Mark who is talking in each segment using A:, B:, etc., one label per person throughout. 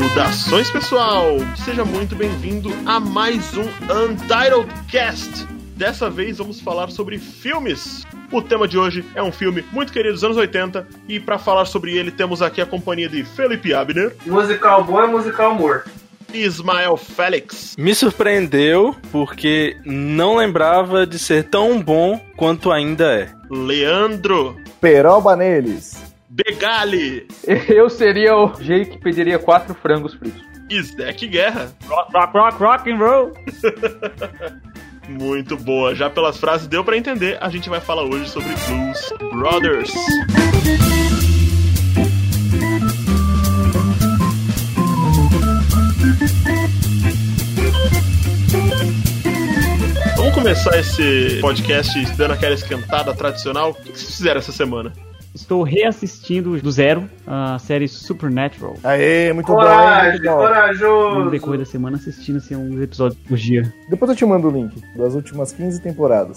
A: Saudações, pessoal! Seja muito bem-vindo a mais um Untitled Cast. Dessa vez vamos falar sobre filmes. O tema de hoje é um filme muito querido dos anos 80 e para falar sobre ele temos aqui a companhia de Felipe Abner,
B: Musical bom é musical morto.
A: Ismael Félix
C: Me surpreendeu porque não lembrava de ser tão bom quanto ainda é.
A: Leandro
D: Peroba neles.
A: Begali
B: Eu seria o Jake que pediria quatro frangos fritos.
A: e Zac Guerra.
B: Rock, rock, rock, rock and roll.
A: Muito boa, já pelas frases deu pra entender. A gente vai falar hoje sobre Blues Brothers. Vamos começar esse podcast dando aquela esquentada tradicional. O que vocês fizeram essa semana?
E: Estou reassistindo do zero a série Supernatural.
D: Aê, muito
B: Coragem,
D: bom, hein? Muito bom.
E: No
B: corajoso.
E: decorrer da semana assistindo assim, uns episódios por dia.
D: Depois eu te mando o link das últimas 15 temporadas.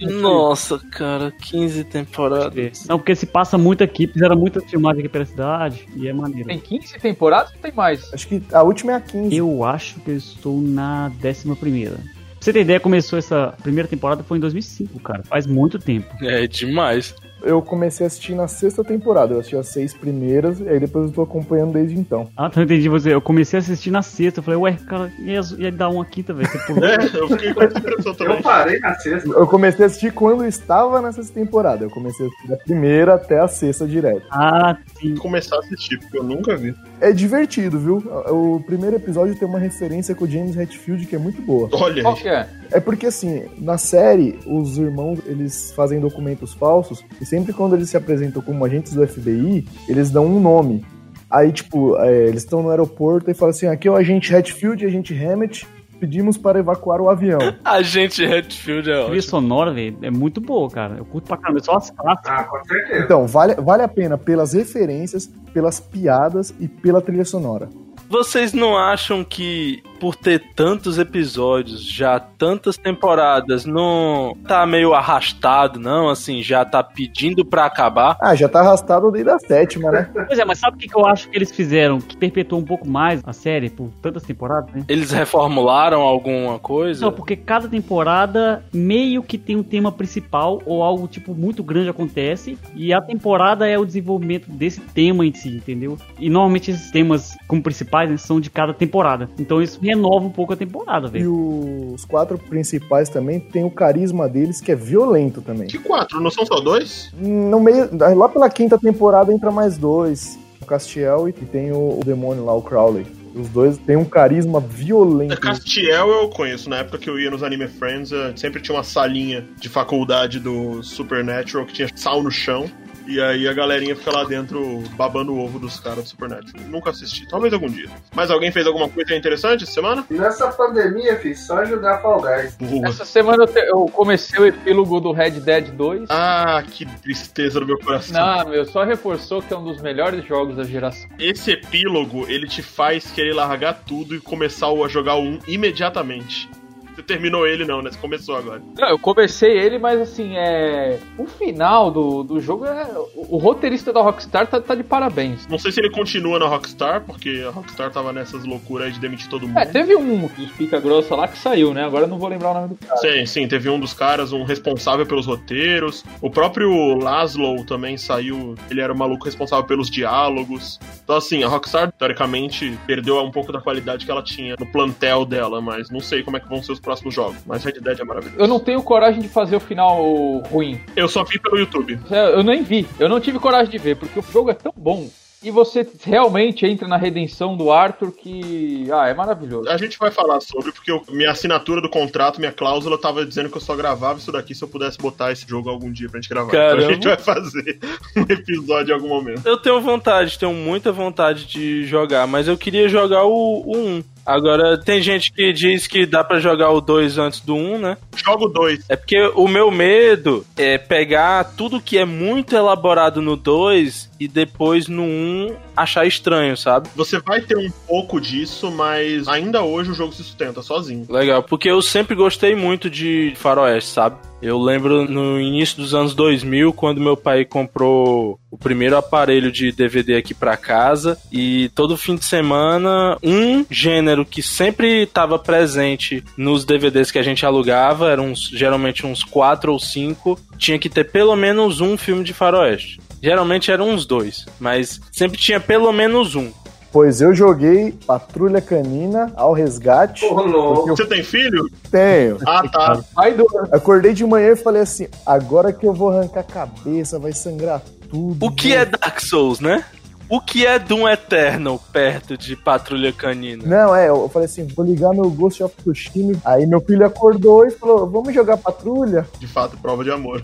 C: Nossa, cara, 15 temporadas.
E: Não, porque se passa muito aqui, fizeram muita filmagem aqui pela cidade e é maneiro.
F: Tem 15 temporadas ou tem mais?
D: Acho que a última é a 15.
E: Eu acho que eu estou na décima primeira. Pra você ter ideia, começou essa primeira temporada foi em 2005, cara. Faz muito tempo.
C: É demais.
D: Eu comecei a assistir na sexta temporada. Eu assisti as seis primeiras, e aí depois eu tô acompanhando desde então.
E: Ah, tá, eu entendi você. Eu comecei a assistir na sexta. Eu falei, ué, cara, ia, ia dar uma quinta, velho. Você pulou.
A: É, eu fiquei com essa impressão também.
B: Eu parei na sexta.
D: Eu comecei a assistir quando eu estava na sexta temporada. Eu comecei a assistir da primeira até a sexta direto.
E: Ah, sim.
A: Começar a assistir, porque eu nunca vi.
D: É divertido, viu? O primeiro episódio tem uma referência com o James Hetfield que é muito boa.
A: Olha,
F: Qual que é?
D: É porque assim, na série, os irmãos eles fazem documentos falsos e sempre quando eles se apresentam como agentes do FBI, eles dão um nome. Aí, tipo, é, eles estão no aeroporto e falam assim: aqui é o agente Hatfield e agente Hammett, pedimos para evacuar o avião.
C: A gente Redfield é
E: A trilha
C: ótimo.
E: sonora, velho, é muito boa, cara. Eu curto pra caramba. Só as clássicas.
B: Ah, com certeza.
D: Então, vale, vale a pena pelas referências, pelas piadas e pela trilha sonora.
C: Vocês não acham que por ter tantos episódios, já tantas temporadas, não tá meio arrastado, não? Assim, já tá pedindo pra acabar?
D: Ah, já tá arrastado desde a sétima, né?
E: Pois é, mas sabe o que, que eu acho que eles fizeram? Que perpetuou um pouco mais a série por tantas temporadas, né?
C: Eles reformularam alguma coisa?
E: Não, porque cada temporada meio que tem um tema principal ou algo tipo muito grande acontece e a temporada é o desenvolvimento desse tema em si, entendeu? E normalmente esses temas como principais né, são de cada temporada. Então isso renova um pouco a temporada,
D: E
E: velho.
D: os quatro principais também tem o carisma deles que é violento também.
A: que quatro? Não são só dois?
D: No meio, lá pela quinta temporada entra mais dois, o Castiel e tem o, o demônio lá, o Crowley. Os dois têm um carisma
F: Uhum.
D: violento.
A: Castiel eu conheço. Na época que eu ia nos Anime Friends, eh, sempre tinha uma salinha de faculdade do Supernatural que tinha sal no chão. E aí a galerinha fica lá dentro babando o ovo dos caras do Supernatural. Nunca assisti, talvez algum dia. Mas alguém fez alguma coisa interessante essa semana?
B: Nessa pandemia, fiz só ajudar a Fall Guys.
A: Boa.
F: Essa semana eu, te- eu comecei o epílogo do Red Dead 2.
A: Ah, que tristeza no meu coração.
F: Não, Ah, meu, só reforçou que é um dos melhores jogos da geração.
A: Esse epílogo, ele te faz querer largar tudo e começar a jogar o 1 imediatamente. Você terminou ele não, né? Você começou agora.
F: Não, eu comecei ele, mas assim, é. O final do, do jogo é. O, o roteirista da Rockstar tá, tá de parabéns.
A: Não sei se ele continua na Rockstar, porque a Rockstar tava nessas loucuras aí de demitir todo mundo.
F: É, teve um dos Pica Grossa lá que saiu, né? Agora eu não vou lembrar o nome do cara.
A: Sim, sim, teve um dos caras, um responsável pelos roteiros. O próprio Laszlo também saiu, ele era o maluco responsável pelos diálogos. Então, assim, a Rockstar, teoricamente, perdeu um pouco da qualidade que ela tinha no plantel dela, mas não sei como é que vão ser os próximos jogos. Mas Red Dead é maravilhoso.
F: Eu não tenho coragem de fazer o final ruim.
A: Eu só vi pelo YouTube.
F: É, Eu nem vi, eu não tive coragem de ver, porque o jogo é tão bom. E você realmente entra na redenção do Arthur que. Ah, é maravilhoso.
A: A gente vai falar sobre, porque eu- minha assinatura do contrato, minha cláusula, tava dizendo que eu só gravava isso daqui se eu pudesse botar esse jogo algum dia pra gente gravar. Então a
C: Caramba.
A: gente vai fazer um episódio em algum momento.
C: Eu tenho vontade, tenho muita vontade de jogar, mas eu queria jogar o, o 1. Agora, tem gente que diz que dá pra jogar o 2 antes do 1, né?
A: Jogo 2.
C: É porque o meu medo é pegar tudo que é muito elaborado no 2 e depois no 1 achar estranho, sabe?
A: Você vai ter um pouco disso, mas ainda hoje o jogo se sustenta sozinho.
C: Legal, porque eu sempre gostei muito de faroeste, sabe? Eu lembro no início dos anos 2000, quando meu pai comprou o primeiro aparelho de DVD aqui pra casa, e todo fim de semana, um gênero que sempre estava presente nos DVDs que a gente alugava, eram uns- geralmente uns quatro ou cinco, tinha que ter pelo menos um filme de faroeste. Geralmente eram uns dois, mas sempre tinha pelo menos um.
D: Pois eu joguei Patrulha Canina ao resgate. porque
A: Você tem filho?
D: eu tenho.
A: Ah, tá.
F: Aí do...
D: Acordei de manhã e falei assim: agora que eu vou arrancar a cabeça, vai sangrar tudo.
C: O que é Dark Souls, né? O que é Doom Eternal perto de Patrulha Canina?
D: Não, é, eu falei assim, vou ligar meu Ghost of Tsushima. Aí meu filho acordou e falou, vamos jogar patrulha?
A: De fato, prova de amor.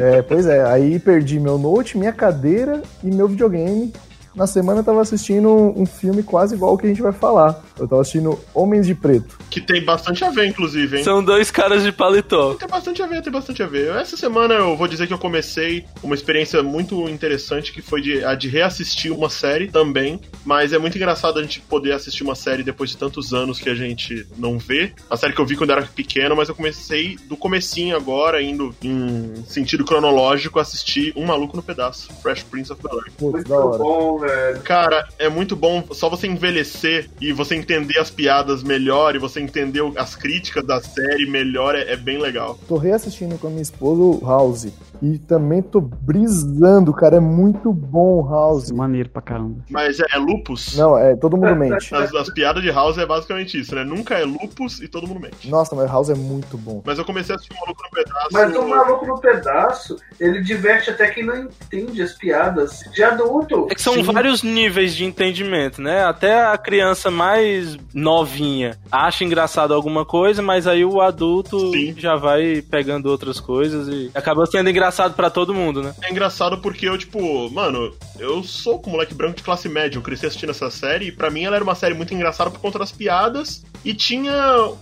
D: é, pois é, aí perdi meu note, minha cadeira e meu videogame. Na semana eu tava assistindo um, um filme quase igual ao que a gente vai falar. Eu tava assistindo Homens de Preto.
A: Que tem bastante a ver, inclusive, hein?
C: São dois caras de paletó.
A: Tem bastante a ver, tem bastante a ver. Essa semana eu vou dizer que eu comecei uma experiência muito interessante que foi de, a de reassistir uma série também. Mas é muito engraçado a gente poder assistir uma série depois de tantos anos que a gente não vê. A série que eu vi quando era pequeno, mas eu comecei do comecinho agora, indo em sentido cronológico, assistir Um Maluco no Pedaço, Fresh Prince of Bel-Air.
D: Putz, da hora.
G: bom, velho.
A: Cara, é muito bom só você envelhecer e você entender as piadas melhor e você entender o- as críticas da série melhor, é- é bem legal.
D: Tô reassistindo com a minha esposa o House. E também tô brisando, cara, é muito bom o House.
E: Maneiro pra caramba.
A: Mas é, é lupus?
D: Não, é, todo mundo mente.
A: As, as piadas de House é basicamente isso, né? Nunca é lupus e todo mundo mente.
D: Nossa, mas House é muito bom.
A: Mas eu comecei a assistir o Maluco no Pedaço.
G: Mas o maluco no pedaço, ele diverte até quem não entende as piadas de adulto.
C: É que são
A: Sim.
C: vários níveis de entendimento, né? Até a criança mais novinha acha engraçado alguma coisa, mas aí o adulto
A: Sim.
C: já vai pegando outras coisas e acaba sendo engraçado pra todo mundo, né?
A: É engraçado porque eu, tipo, mano, eu sou com moleque branco de classe média. Eu cresci assistindo essa série e pra mim ela era uma série muito engraçada por conta das piadas. E tinha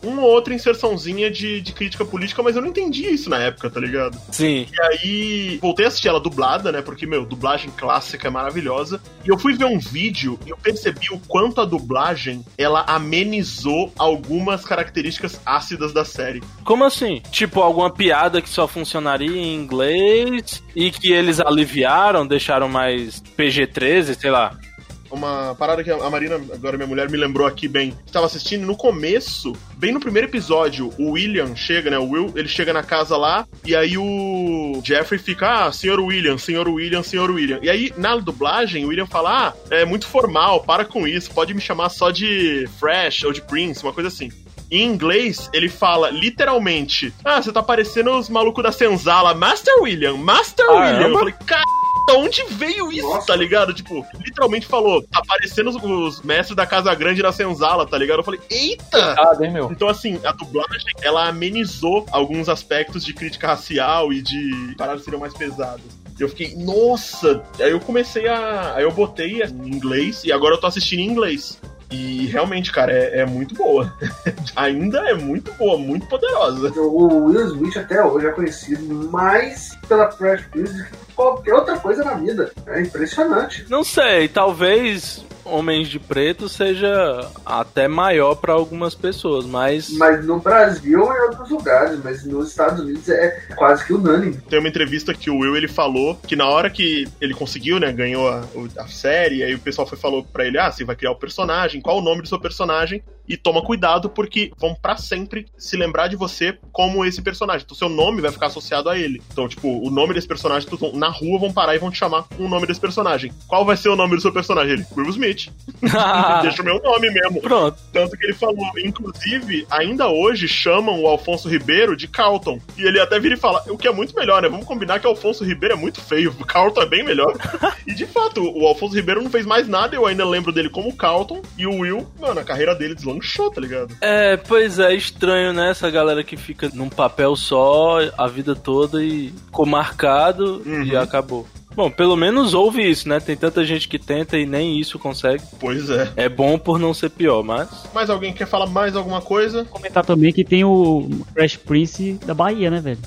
A: uma ou outra inserçãozinha de, de crítica política, mas eu não entendia isso na época, tá ligado?
C: Sim.
A: E aí, voltei a assistir ela dublada, né? Porque, meu, dublagem clássica é maravilhosa. E eu fui ver um vídeo e eu percebi o quanto a dublagem ela amenizou algumas características ácidas da série.
C: Como assim? Tipo, alguma piada que só funcionaria em inglês e que eles aliviaram, deixaram mais PG-13, sei lá.
A: Uma parada que a Marina, agora minha mulher, me lembrou aqui bem. Estava assistindo no começo, bem no primeiro episódio, o William chega, né? O Will, ele chega na casa lá e aí o Jeffrey fica, ah, senhor William, senhor William, senhor William. E aí, na dublagem, o William fala, ah, é muito formal, para com isso, pode me chamar só de Fresh ou de Prince, uma coisa assim. Em inglês, ele fala literalmente: Ah, você tá parecendo os malucos da senzala. Master William, Master
C: Caramba.
A: William. Eu falei, cara. Da onde veio isso,
G: Nossa.
A: tá ligado? Tipo, literalmente falou, tá parecendo os, os mestres da Casa Grande na senzala, tá ligado? Eu falei, eita!
F: Ah, hein, meu?
A: Então, assim, a dublagem, ela amenizou alguns aspectos de crítica racial e de paradas que seriam mais pesadas. Eu fiquei, nossa! Aí eu comecei a. Aí eu botei em inglês e agora eu tô assistindo em inglês. E realmente, cara, é, é muito boa. Ainda é muito boa, muito poderosa.
G: O Will Smith até hoje é conhecido mais pela Fresh Prince do que qualquer outra coisa na vida. É impressionante.
C: Não sei, talvez Homens de Preto seja até maior pra algumas pessoas, mas
G: Mas no Brasil e em outros lugares, mas nos Estados Unidos é quase que unânime.
A: Tem uma entrevista que o Will ele falou que na hora que ele conseguiu, né, ganhou a, o- a série, aí o pessoal foi falou pra ele: "Ah, você vai criar o personagem, qual o nome do seu personagem?" E toma cuidado porque vão pra sempre se lembrar de você como esse personagem. Então seu nome vai ficar associado a ele. Então, tipo, o nome desse personagem, tu- na rua vão parar e vão te chamar com o nome desse personagem. Qual vai ser o nome do seu personagem? Ele, Will Smith.
C: Ah.
A: Deixa o meu nome mesmo.
C: pronto.
A: Tanto que ele falou, inclusive, ainda hoje chamam o Alfonso Ribeiro de Carlton. E ele até vira e fala, o que é muito melhor, né? Vamos combinar que o Alfonso Ribeiro é muito feio, o Carlton é bem melhor. e de fato, o Alfonso Ribeiro não fez mais nada, eu ainda lembro dele como Carlton. E o Will, mano, a carreira dele deslanchou, tá ligado?
C: É, pois é, estranho, né? Essa galera que fica num papel só a vida toda e ficou marcado
A: Uhum.
C: e acabou. Bom, pelo menos houve isso, né? Tem tanta gente que tenta e nem isso consegue.
A: Pois é.
C: É bom por não ser pior, mas.
A: Mais alguém quer falar mais alguma coisa?
E: Comentar também que tem o Fresh Prince da Bahia, né, velho?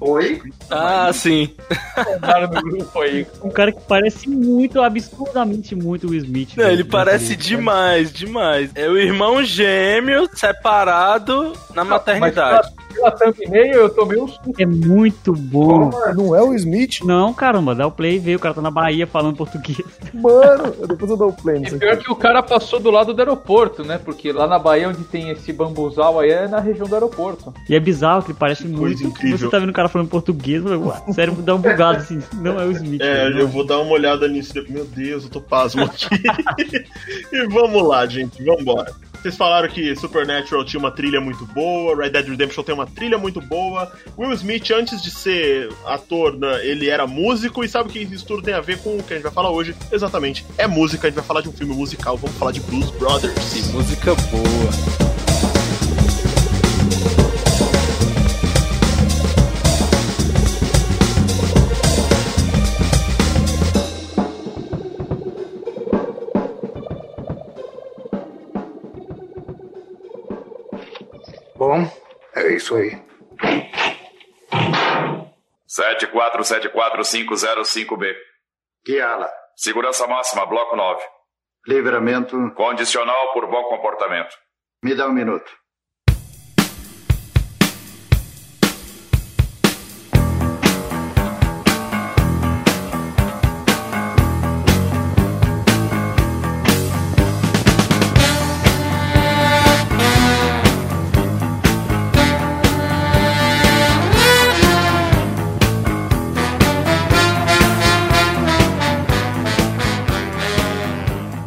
G: Oi?
C: Ah, sim.
F: Mandaram no grupo aí.
E: Um cara que parece muito, absurdamente muito o Will Smith.
C: Não,
E: velho.
C: ele parece demais, demais. É o irmão gêmeo separado na maternidade.
F: Mas pela, pela thumbnail eu tomei um susto.
E: É muito bom.
D: Não é o Smith?
E: Não, caramba, dá o play e vê, o cara tá na Bahia falando português.
D: Mano, depois eu dou o play nisso
F: E
D: aqui.
F: É pior que o cara passou do lado do aeroporto, né? Porque lá na Bahia, onde tem esse bambuzal aí, é na região do aeroporto.
E: E é bizarro que ele parece muito.
A: incrível.
E: Você tá vendo o cara falando português, mas, ué, sério, dá um bugado assim. Não é o Smith.
A: É,
E: velho, não.
A: eu vou dar uma olhada nisso. depois. Meu Deus, eu tô pasmo aqui. e vamos lá, gente, vambora. Vocês falaram que Supernatural tinha uma trilha muito boa, Red Dead Redemption tem uma trilha muito boa. Will Smith, antes de ser ator, né, ele era músico, e sabe que isso tudo tem a ver com o que a gente vai falar hoje? Exatamente, é música, a gente vai falar de um filme musical, vamos falar de Blues
C: Que
A: Brothers.
C: música boa.
H: Bom, é isso aí.
I: 7474505B.
H: Que ala?
I: Segurança máxima, bloco 9.
H: Livramento,
I: Condicional por bom comportamento.
H: me dá um minuto.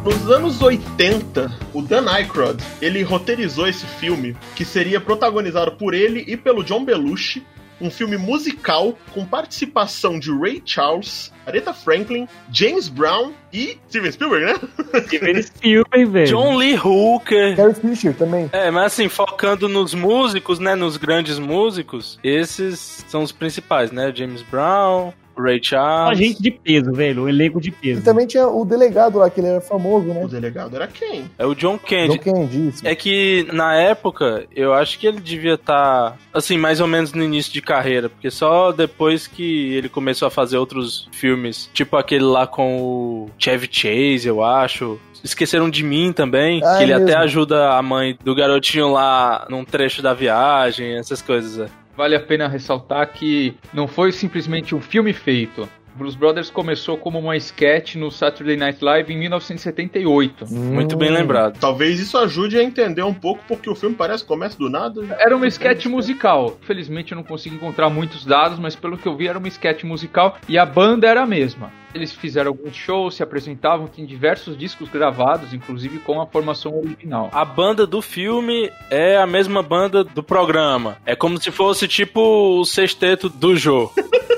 A: Nos anos 80, o Dan Aykroyd, ele roteirizou esse filme, que seria protagonizado por ele e pelo John Belushi, um filme musical com participação de Ray Charles, Aretha Franklin, James Brown e Steven Spielberg, né?
E: Steven Spielberg, velho.
C: John Lee Hooker.
D: Carrie Fisher também.
C: É, mas assim, focando nos músicos, né? Nos grandes músicos, esses são os principais, né? James Brown, Ray
E: Só
C: Charles.
E: gente é de peso, velho. Um elenco de
D: E
E: peso.
D: também tinha o delegado lá, que ele era famoso, né?
A: O delegado era quem?
C: É o John
D: John
C: Candy.
D: Candy. isso.
C: É que na época, eu acho que ele devia estar, assim, mais ou menos no início de carreira, porque só depois que ele começou a fazer outros filmes, tipo aquele lá com o Chevy Chase, eu acho. Esqueceram de mim também,
D: Ah,
C: que ele
D: é
C: até
D: mesmo.
C: ajuda a mãe do garotinho lá num trecho da viagem, essas coisas. é.
F: Vale a pena ressaltar que não foi simplesmente um filme feito. Blues Brothers começou como uma sketch no Saturday Night Live em 1978.
C: Muito bem
D: Hum.
C: lembrado.
A: Talvez isso ajude a entender um pouco porque o filme parece que começa do nada.
F: Era uma sketch musical. Felizmente eu não consegui encontrar muitos dados, mas pelo que eu vi era uma sketch musical e a banda era a mesma. Eles fizeram alguns shows, se apresentavam, tem diversos discos gravados, inclusive com a formação original.
C: A banda do filme é a mesma banda do programa. É como se fosse tipo o sexteto do Jô.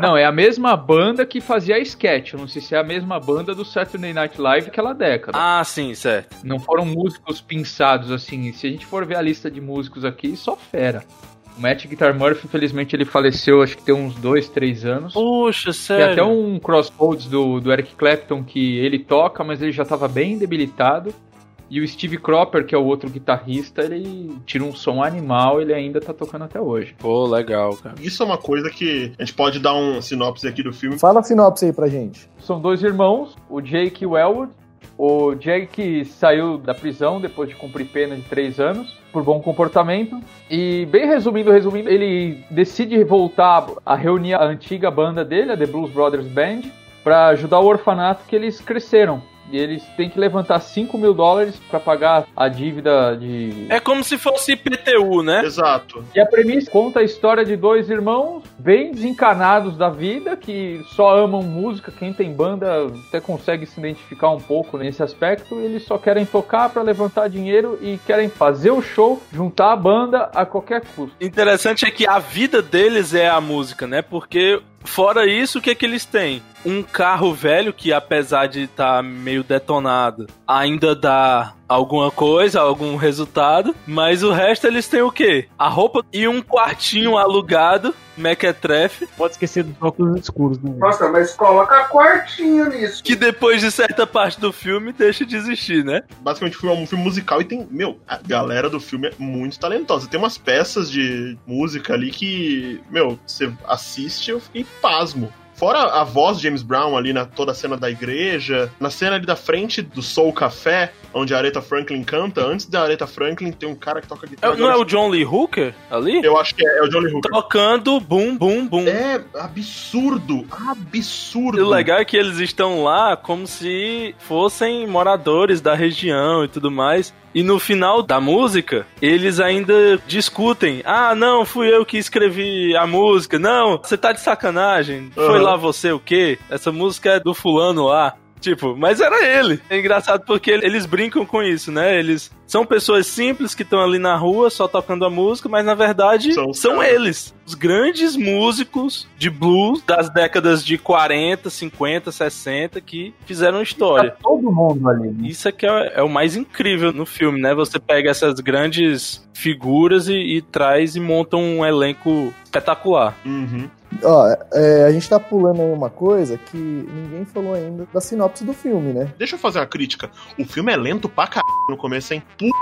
F: Não, é a mesma banda que fazia a sketch. Eu não sei se é a mesma banda do Saturday Night Live aquela década.
C: Ah, sim, certo.
F: Não foram músicos pinçados assim. Se a gente for ver a lista de músicos aqui, só fera. O Matt Guitar Murphy, infelizmente, ele faleceu, acho que tem uns dois, três anos.
C: Puxa,
F: Tem
C: sério.
F: até um crossroads do, do Eric Clapton que ele toca, mas ele já estava bem debilitado. E o Steve Cropper, que é o outro guitarrista, ele tira um som animal, ele ainda tá tocando até hoje.
C: Pô, legal, cara.
A: Isso é uma coisa que a gente pode dar um sinopse aqui do filme.
D: Fala a sinopse aí pra gente.
F: São dois irmãos, o Jake e o Elwood. O Jake saiu da prisão depois de cumprir pena de três anos, por bom comportamento. E, bem resumindo, resumindo, ele decide voltar a reunir a antiga banda dele, a The Blues Brothers Band, para ajudar o orfanato que eles cresceram. E eles têm que levantar 5 mil dólares para pagar a dívida de
C: É como se fosse IPTU, né?
A: Exato.
F: e a premissa conta a história de dois irmãos bem desencanados da vida, que só amam música. Quem tem banda até consegue se identificar um pouco nesse aspecto. Eles só querem tocar para levantar dinheiro e querem fazer o show, juntar a banda a qualquer custo.
C: Interessante é que a vida deles é a música, né? Porque fora isso, o que é que eles têm? um carro velho que, apesar de estar meio detonado, ainda dá alguma coisa, algum resultado. Mas o resto eles têm o quê? A roupa e um quartinho alugado, mequetrefe,
E: Pode esquecer dos óculos escuros, né? velho?
G: Nossa, mas coloca quartinho nisso.
C: que depois de certa parte do filme deixa de existir, né?
A: Basicamente, o filme é um filme musical e tem. Meu, a galera do filme é muito talentosa. Tem umas peças de música ali que, meu, você assiste eu fiquei pasmo. Fora a voz de James Brown ali na toda a cena da igreja, na cena ali da frente do Soul Café, onde a Aretha Franklin canta, antes da Aretha Franklin tem um cara que toca
C: É-
A: guitarra.
C: não é o John Lee Hooker ali?
A: Eu acho que é, é o Johnny Hooker.
C: Tocando bum, bum, bum.
A: É absurdo, absurdo.
C: E o legal é que eles estão lá como se fossem moradores da região e tudo mais. E no final da música, eles ainda discutem. Ah, não, fui eu que escrevi a música. Não, você tá de sacanagem. Foi
A: Aham.
C: lá você o quê? Essa música é do fulano lá. Tipo, mas era ele. É engraçado porque eles brincam com isso, né? Eles são pessoas simples que estão ali na rua só tocando a música, mas na verdade
A: São os
C: são
A: caras.
C: eles. Os grandes músicos de blues das décadas de 40, 50, 60 que fizeram história.
F: Tá Todo mundo ali. né?
C: Isso é que é, é o mais incrível no filme, né? Você pega essas grandes figuras e, e traz e monta um elenco espetacular.
A: Uhum.
D: Ó, é, a gente tá pulando aí uma coisa que ninguém falou ainda da sinopse do filme, né?
A: Deixa eu fazer uma crítica. O filme é lento pra caralho no começo, hein? Puta,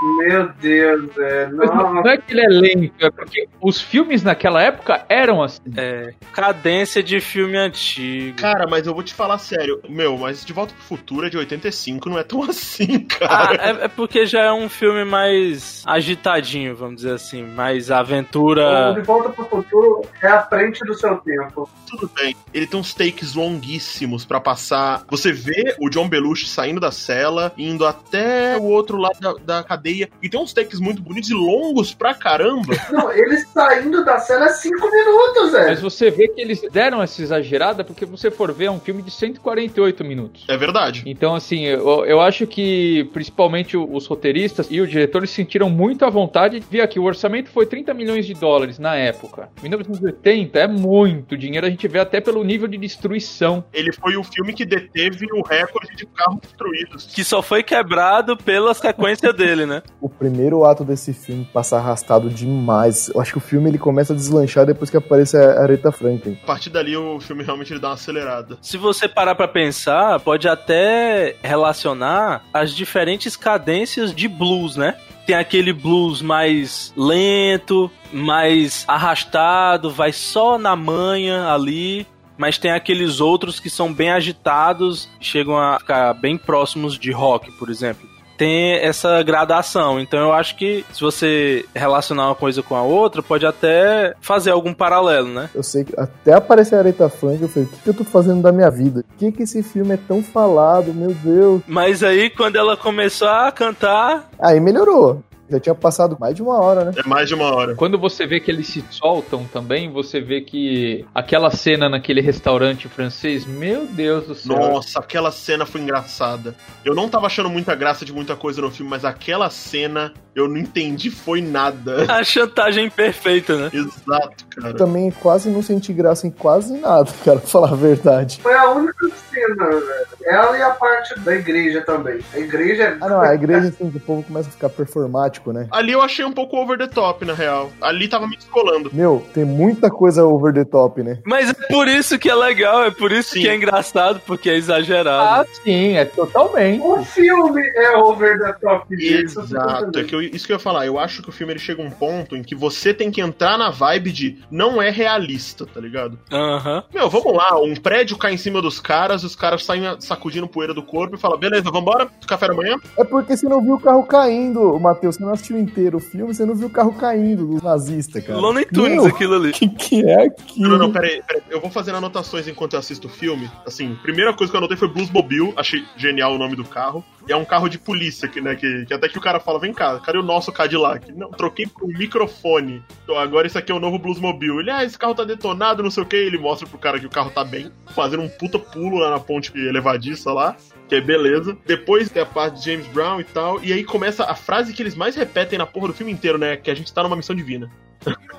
G: Meu Deus, é.
F: Mas não,
G: Não,
F: não é que ele é lento, é porque os filmes naquela época eram assim.
C: É, cadência de filme antigo.
A: cara, mas eu vou te falar sério. Meu, mas De Volta pro Futuro é de 85, não é tão assim,
C: Ah,
A: cara.
C: é, é porque já é um filme mais agitadinho, vamos dizer assim, mais aventura.
G: o De Volta pro Futuro é a frente do seu tempo.
A: Tudo bem. Ele tem uns takes longuíssimos pra passar. Você vê o John Belushi saindo da cela, indo até o outro lado da, da cadeia. E tem uns takes muito bonitos e longos pra caramba.
G: Não, ele saindo da cela é cinco minutos,
F: Mas
G: velho.
F: você vê que eles deram essa exagerada porque você for ver é um filme de 148 minutos.
A: É verdade.
F: Então, assim, eu, eu acho que principalmente o- os roteiristas e o diretor eles sentiram muito à vontade. Vi aqui, o orçamento foi 30 milhões de dólares na época. 1980 é muito dinheiro, a gente vê até pelo nível de destruição.
A: Ele foi o filme que deteve o recorde de carros destruídos.
C: Que só foi quebrado pela sequência dele, né?
D: O primeiro ato desse filme passa arrastado demais. Eu acho que o filme ele começa a deslanchar depois que aparece a Aretha Franklin.
A: A partir dali, o filme realmente ele dá uma acelerada.
C: Se você parar pra pensar, pode até relacionar as diferentes cadências de blues, né? Tem aquele blues mais lento, mais arrastado, vai só na manha ali. Mas tem aqueles outros que são bem agitados, chegam a ficar bem próximos de rock, por exemplo. Tem essa gradação. Então eu acho que se você relacionar uma coisa com a outra, pode até fazer algum paralelo, né?
D: Eu sei que até aparecer a Aretha Franklin, eu falei, o que, que eu tô fazendo da minha vida? Por que, que esse filme é tão falado, meu Deus?
C: Mas aí, quando ela começou a cantar,
D: Aí melhorou. Já tinha passado mais de uma hora, né?
A: É mais de uma hora.
F: Quando você vê que eles se soltam também, você vê que aquela cena naquele restaurante francês, meu Deus do céu.
A: Nossa, aquela cena foi engraçada. Eu não tava achando muita graça de muita coisa no filme, mas aquela cena eu não entendi foi nada.
C: a chantagem perfeita, né?
A: Exato, cara.
D: Também quase não senti graça em quase nada, cara, pra falar a verdade.
G: Foi a única cena, velho. Ela e a parte da igreja também. A igreja é.
D: Ah, não, a igreja, assim, o povo começa a ficar performático, né?
A: Ali eu achei um pouco over the top, na real. Ali tava me descolando.
D: Meu, tem muita coisa over the top, né?
C: Mas é por isso que é legal, é por isso
A: Sim.
C: que é engraçado, porque é
F: Ah,
C: exagerado.
F: sim, é totalmente.
G: O filme é over the top. disso,
A: Exato, é que eu- isso que eu ia falar. Eu acho que o filme ele chega a um ponto em que você tem que entrar na vibe de não é realista, tá ligado?
C: Aham.
A: Meu, vamos lá, um prédio cai em cima dos caras, os caras saem sacudindo poeira do corpo e falam, beleza, vambora, café da manhã?
D: É porque você não viu o carro caindo, Matheus. Você não assistiu inteiro o filme, você não viu o carro caindo do nazista, cara.
C: Lonely Tunes,
D: Meu,
C: aquilo ali.
D: que que é
A: Não,
D: aquilo?
A: não, peraí, peraí. Eu vou fazendo anotações enquanto eu assisto o filme. Assim, primeira coisa que eu anotei foi Blues Mobile. Achei genial o nome do carro. E é um carro de polícia, que, né? Que, que até que o cara fala, vem cá, cadê o nosso Cadillac? Não, troquei por um microfone. Então agora isso aqui é o novo Blues Mobile. Ele, ah, esse carro tá detonado, não sei o que. Ele mostra pro cara que o carro tá bem, fazendo um puta pulo lá na ponte elevadiça lá. que é beleza. Depois tem a parte de James Brown e tal, e aí começa a frase que eles mais repetem na porra do filme inteiro, né? Que a gente tá numa missão divina.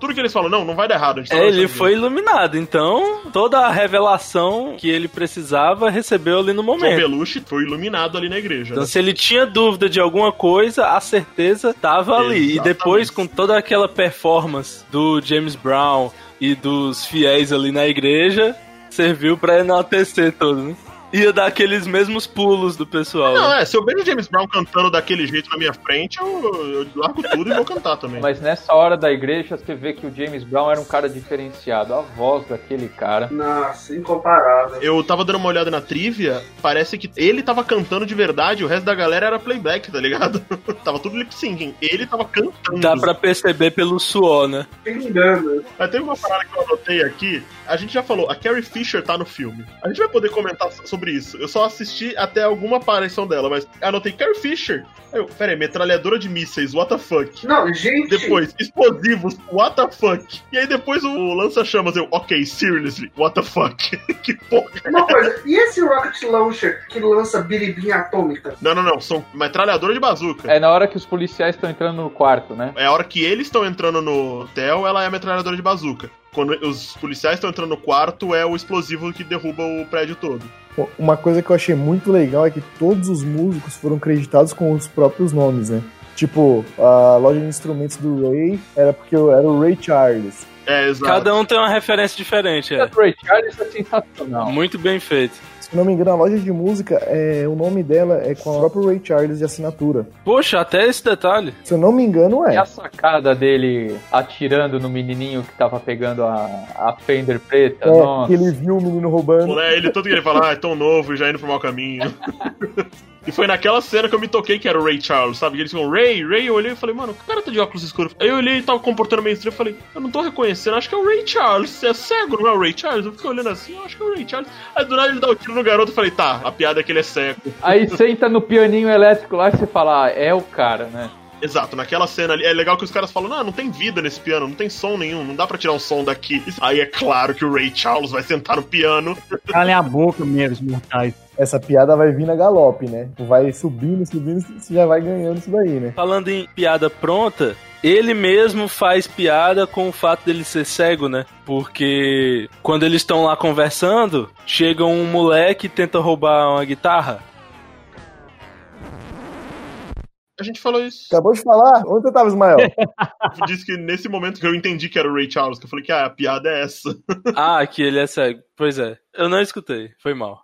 A: Tudo que eles falam, não, não vai dar errado. A gente tá
C: É,
A: numa
C: ele
A: missão
C: foi iluminado, então toda a revelação que ele precisava recebeu ali
A: divina.
C: no
A: John
C: momento.
A: Belushi foi iluminado ali na igreja.
C: Então,
A: né?
C: se ele tinha dúvida de alguma coisa, a certeza tava ali. E
A: Exatamente.
C: depois, com toda aquela performance do James Brown e dos fiéis ali na igreja, serviu pra enaltecer todo, né? Ia dar aqueles mesmos pulos do pessoal.
A: Não,
C: né?
A: é, se eu vejo James Brown cantando daquele jeito na minha frente, eu, eu largo tudo e vou cantar também.
F: Mas nessa hora da igreja, você vê que o James Brown era um cara diferenciado. A voz daquele cara.
G: Nossa, incomparável.
A: Eu tava dando uma olhada na trivia, parece que ele tava cantando de verdade, o resto da galera era playback, tá ligado? tava tudo lip syncing. Ele tava cantando.
C: Dá pra perceber pelo suor, né?
G: Pingando.
A: Mas teve uma parada que eu anotei aqui. A gente já falou, a Carrie Fisher tá no filme. A gente vai poder comentar so- sobre isso. Eu só assisti até alguma aparição dela, mas anotei Carrie Fisher. Aí eu, pera aí, metralhadora de mísseis, what the fuck?
G: Não, gente.
A: Depois, explosivos, what the fuck? E aí depois o lança-chamas, eu, ok, seriously, what the fuck? que porra.
G: Uma coisa, e esse rocket launcher que lança biribinha atômica?
A: Não, não, não, são metralhadora de bazuca.
F: É na hora que os policiais estão entrando no quarto, né?
A: É a hora que eles estão entrando no hotel, ela é a metralhadora de bazuca. Quando os policiais estão entrando no quarto, é o explosivo que derruba o prédio todo.
D: Uma coisa que eu achei muito legal é que todos os músicos foram creditados com os próprios nomes, né? Tipo, a loja de instrumentos do Ray era porque eu era o Ray Charles.
A: É, exato.
C: Cada um tem uma referência diferente, é.
F: O Ray Charles é sensacional.
C: Muito bem feito.
D: Se não me engano, a loja de música, é, o nome dela é com o próprio Ray Charles de assinatura.
C: Poxa, até esse detalhe.
D: Se eu não me engano,
F: E a
D: é.
F: sacada dele atirando no menininho que tava pegando a, a Fender
D: É,
F: preta? Nossa.
D: que ele viu o menino roubando.
A: É, ele tanto que ele fala, ah, é tão novo e já indo pro mau caminho. e foi naquela cena que eu me toquei que era o Ray Charles, sabe? Que eles falam, Ray, Ray, eu olhei e falei, mano, o cara tá de óculos escuros. Aí eu olhei e tava comportando meio estranho, eu falei, eu não tô reconhecendo, acho que é o Ray Charles, você é cego, não é o Ray Charles? Eu fiquei olhando assim, eu acho que é o Ray Charles. Aí do nada ele dá o tiro no garoto, eu falei, tá, a piada é que ele é cego.
F: Aí senta no pianinho elétrico lá e você fala, ah, é o cara, né?
A: Exato, naquela cena ali, é legal que os caras falam, não, não tem vida nesse piano, não tem som nenhum, não dá pra tirar um som daqui. Aí é claro que o Ray Charles vai sentar no piano
E: Calem a boca, meros mortais.
D: Essa piada vai vir na galope, né? Vai subindo, subindo, você já vai ganhando isso daí, né?
C: Falando em piada pronta, ele mesmo faz piada com o fato dele ser cego, né? Porque quando eles estão lá conversando, chega um moleque e tenta roubar uma guitarra.
A: A gente falou isso.
D: Acabou de falar? Onde você tava, Ismael?
A: Eu disse que nesse momento que eu entendi que era o Ray Charles, que eu falei que ah, a piada é essa.
C: Ah, que ele é cego. Pois é. Eu não escutei. Foi mal.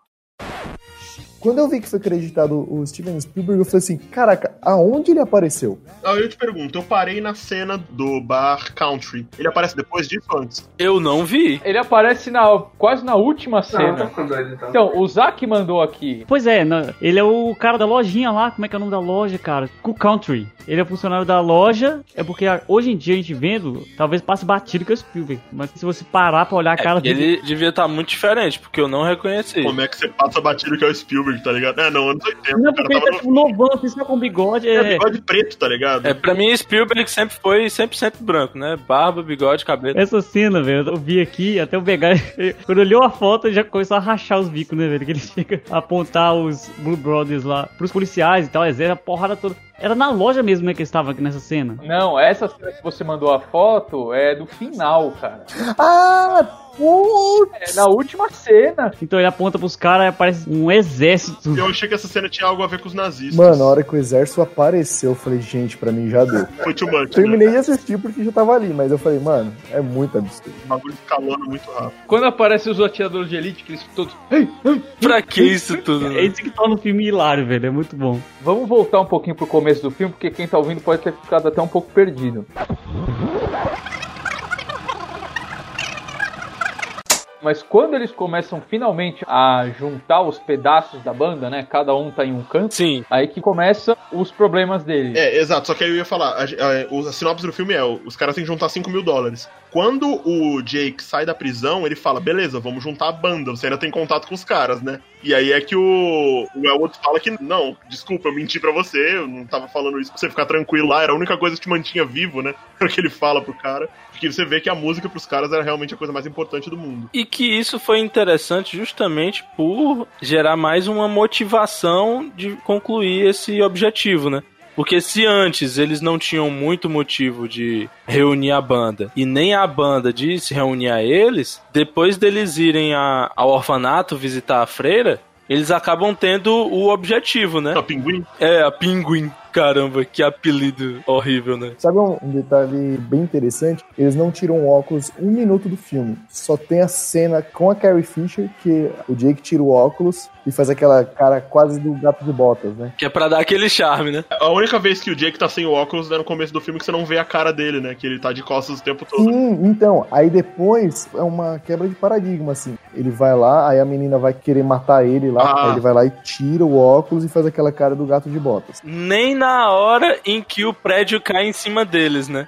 D: Quando eu vi que foi creditado o Steven Spielberg, eu falei assim, caraca, aonde ele apareceu?
A: Aí eu te pergunto, eu parei na cena do bar Country. Ele aparece depois disso ou antes?
C: Eu não vi.
F: Ele aparece na, quase na última
G: Não, tá
F: cena.
G: ficando doido então.
F: Então, o Zack mandou aqui.
E: Pois é, na- ele é o cara da lojinha lá, como é que é o nome da loja, cara? Cool Country. Ele é funcionário da loja, é porque a- hoje em dia a gente vendo, talvez passe batido que é o Spielberg, mas se você parar pra olhar a cara dele,
C: É, Ele devia estar muito diferente, porque eu não reconheci.
A: Como é que você passa batido que é o Spielberg, tá ligado? É, não, anos 80.
E: Não,
A: o cara
E: porque ele
A: tava
E: tá tipo novão, assim, só com bigode,
A: no... é
E: é...
A: bigode preto, tá ligado?
C: É, pra mim, Spielberg sempre foi 100% branco, né? Barba, bigode, cabelo.
E: Essa cena, velho, eu vi aqui, até o BH, quando olhou a foto, já começou a rachar os bicos, né, velho? Que ele chega a apontar os Blue Brothers lá pros policiais e tal, exército, a porrada toda. Era na loja mesmo, né, que eles estavam aqui nessa cena.
F: Não, essa cena que você mandou a foto é do final, cara.
D: Ah, putz!
F: É na última cena.
E: Então ele aponta pros caras e aparece um exército.
A: Eu achei que essa cena tinha algo a ver com os nazistas.
D: Mano, a hora que o exército apareceu, eu falei, gente, pra mim já deu.
A: Foi too much, né?
D: Terminei de assistir porque já tava ali, mas eu falei, mano, é muito absurdo.
A: né? O bagulho escalando muito rápido.
F: Quando aparecem os atiradores de elite, que eles todos. "Ei, ei".
C: Pra que isso tudo?
E: É
C: né?
E: isso que torna o filme hilário, velho. É muito bom.
F: Vamos voltar um pouquinho pro começo do filme, porque quem tá ouvindo pode ter ficado até um pouco perdido. Mas quando eles começam finalmente a juntar os pedaços da banda, né? Cada um tá em um canto,
C: Sim.
F: aí que começam os problemas deles.
A: É, exato, só que aí eu ia falar, a, a- o- a sinopse do filme é, os caras têm que juntar 5 mil dólares. Quando o Jake sai da prisão, ele fala, beleza, vamos juntar a banda, você ainda tem contato com os caras, né? E aí é que o, o Elwood fala que, não, desculpa, eu menti pra você, eu não tava falando isso pra você ficar tranquilo lá, era a única coisa que te mantinha vivo, né? o que ele fala pro cara. Porque você vê que a música pros caras era realmente a coisa mais importante do mundo.
C: E que isso foi interessante justamente por gerar mais uma motivação de concluir esse objetivo, né? Porque se antes eles não tinham muito motivo de reunir a banda e nem a banda de se reunir a eles, depois deles irem a- ao orfanato visitar a freira, eles acabam tendo o objetivo, né?
A: A Pinguim
C: É, a Pinguim. Caramba, que apelido horrível, né?
D: Sabe um um detalhe bem interessante? Eles não tiram o óculos um minuto do filme. Só tem a cena com a Carrie Fisher que o Jake tira o óculos e faz aquela cara quase do gato de botas, né?
C: Que é pra dar aquele charme, né?
A: A única vez que o Jake tá sem o óculos é no começo do filme que você não vê a cara dele, né? Que ele tá de costas o tempo todo.
D: Sim, então, aí depois é uma quebra de paradigma, assim. Ele vai lá, aí a menina vai querer matar ele lá,
A: Ah.
D: aí ele vai lá e tira o óculos e faz aquela cara do gato de botas.
C: Nem na hora em que o prédio cai em cima deles, né?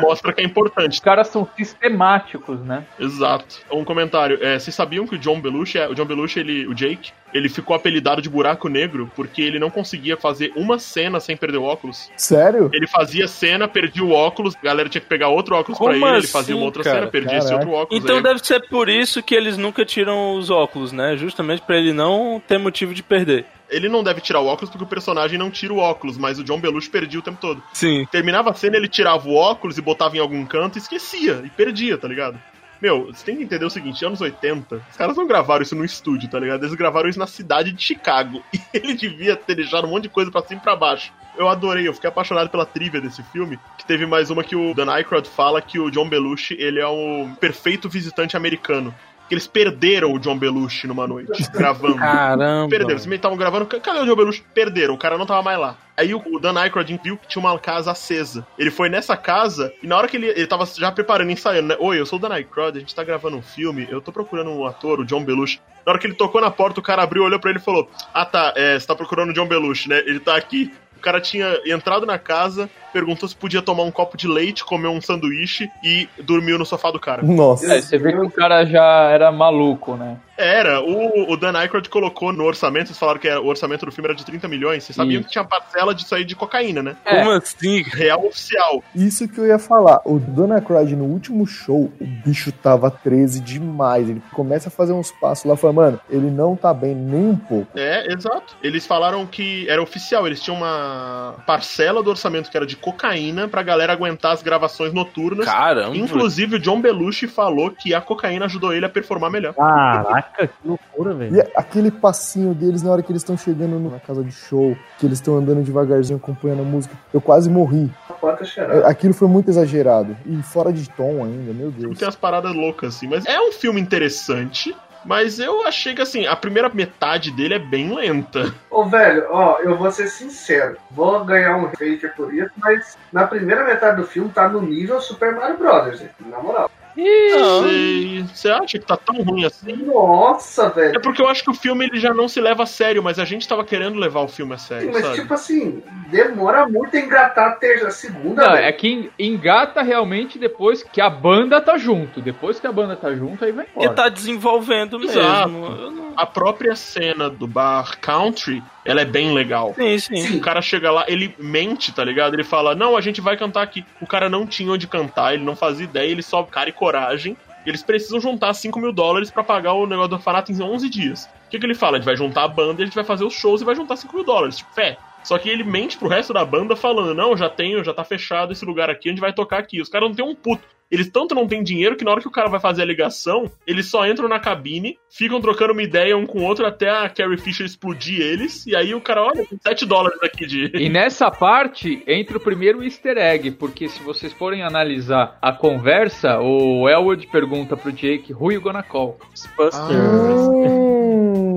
A: Mostra que é importante.
F: Os caras são sistemáticos, né?
A: Exato. Um comentário. É, vocês sabiam que o John Belushi, é- o John Belushi, ele, o Jake, ele ficou apelidado de buraco negro porque ele não conseguia fazer uma cena sem perder o óculos.
D: Sério?
A: Ele fazia cena, perdia o óculos, a galera tinha que pegar outro óculos
C: Como
A: pra ele, ele
C: assim,
A: fazia uma outra
C: cara?
A: cena, perdia esse
D: Caraca.
A: outro óculos.
C: Então
A: aí
C: deve ser por isso que eles nunca tiram os óculos, né? Justamente pra ele não ter motivo de perder.
A: Ele não deve tirar o óculos porque o personagem não tira o óculos, mas o John Belushi perdia o tempo todo.
C: Sim.
A: terminava a cena, ele tirava o óculos e botava em algum canto e esquecia, e perdia, tá ligado? Meu, você tem que entender o seguinte, anos 80, os caras não gravaram isso no estúdio, tá ligado? Eles gravaram isso na cidade de Chicago. E ele devia ter deixado um monte de coisa pra cima e pra baixo. Eu adorei, eu fiquei apaixonado pela trivia desse filme, que teve mais uma que o Dan Aykroyd fala que o John Belushi, ele é um perfeito visitante americano. Que eles perderam o John Belushi numa noite, gravando.
C: Ah, Caramba.
A: Perderam, eles estavam gravando. ca- Cadê o Joe Belushi? Perderam, o cara não tava mais lá. Aí o- o Dan Aykroyd viu que tinha uma casa acesa. Ele foi nessa casa e na hora que ele, ele tava já preparando, ensaiando, né? Oi, eu sou o Dan Aykroyd, a gente tá gravando um filme, eu tô procurando um ator, o John Belushi. Na hora que ele tocou na porta, o cara abriu, olhou pra ele e falou: Ah tá, é, você tá procurando o John Belushi, né? Ele tá aqui. O cara tinha entrado na casa, perguntou se podia tomar um copo de leite, comer um sanduíche e dormiu no sofá do cara.
D: Nossa.
F: É, você vê que o cara já era maluco, né?
A: Era, o, o Dan Aykroyd colocou no orçamento, vocês falaram que era- o orçamento do filme era de 30 milhões, vocês sabiam
F: Isso.
A: que tinha parcela disso aí de cocaína, né?
F: É.
C: Como assim?
A: Real oficial.
D: Isso que eu ia falar. O Dona Croyd no último show, o bicho tava 13 demais. Ele começa a fazer uns passos lá, fala, mano, ele não tá bem nem um pouco.
A: É, exato. Eles falaram que era oficial, eles tinham uma parcela do orçamento que era de cocaína pra galera aguentar as gravações noturnas.
C: Caramba.
A: Inclusive, o John Belushi falou que a cocaína ajudou ele a performar melhor.
E: Caraca, que loucura,
D: E
E: velho.
D: aquele passinho deles na hora que eles estão chegando na casa de show, que eles estão andando devagarzinho acompanhando a música, eu quase morri.
G: A porta cheirada.
D: É, Aquilo foi muito exagerado. E fora de tom ainda, meu
A: Não
D: Deus.
A: tem as paradas loucas, assim. Mas é um filme interessante, mas eu achei que, assim, a primeira metade dele é bem lenta.
G: Ô, velho, ó, eu vou ser sincero. Vou ganhar um hater por isso, mas na primeira metade do filme tá no nível Super Mario Brothers, gente, na moral.
A: Você- Você acha que tá tão ruim assim?
G: Nossa,
A: É
G: velho.
A: porque eu acho que o filme ele já não se leva a sério, mas a gente tava querendo levar o filme a
G: Sim,
A: sério, É,
G: mas
A: sabe?
G: tipo assim, demora muito a engatar a terça, a segunda.
F: Não,
G: velho.
F: é que engata realmente depois que a banda tá junto. Depois que a banda tá junto, aí vai
C: E
F: embora.
C: tá desenvolvendo mesmo.
A: Exato.
C: Eu não-
A: A própria cena do bar Country, ela é bem legal.
C: Sim, sim.
A: O cara chega lá, ele mente, tá ligado? Ele fala, não, a gente vai cantar aqui. O cara não tinha onde cantar, ele não fazia ideia, ele só cara e coragem. Eles precisam juntar 5 mil dólares pra pagar o negócio do orfanato em 11 dias. O que, que ele fala? A gente vai juntar a banda, a gente vai fazer os shows e vai juntar 5 mil dólares. Tipo, fé. Só que ele mente pro resto da banda falando, não, já tenho, já tá fechado esse lugar aqui, a gente vai tocar aqui. Os caras não tem um puto. Eles tanto não têm dinheiro que na hora que o cara vai fazer a ligação, eles só entram na cabine, ficam trocando uma ideia um com o outro até a Carrie Fisher explodir eles. E aí o cara, olha, tem 7 dólares aqui de.
F: E nessa parte entra o primeiro easter egg, porque se vocês forem analisar a conversa, o Elwood pergunta pro Jake, who you gonna call?
A: Ah.
D: Ah.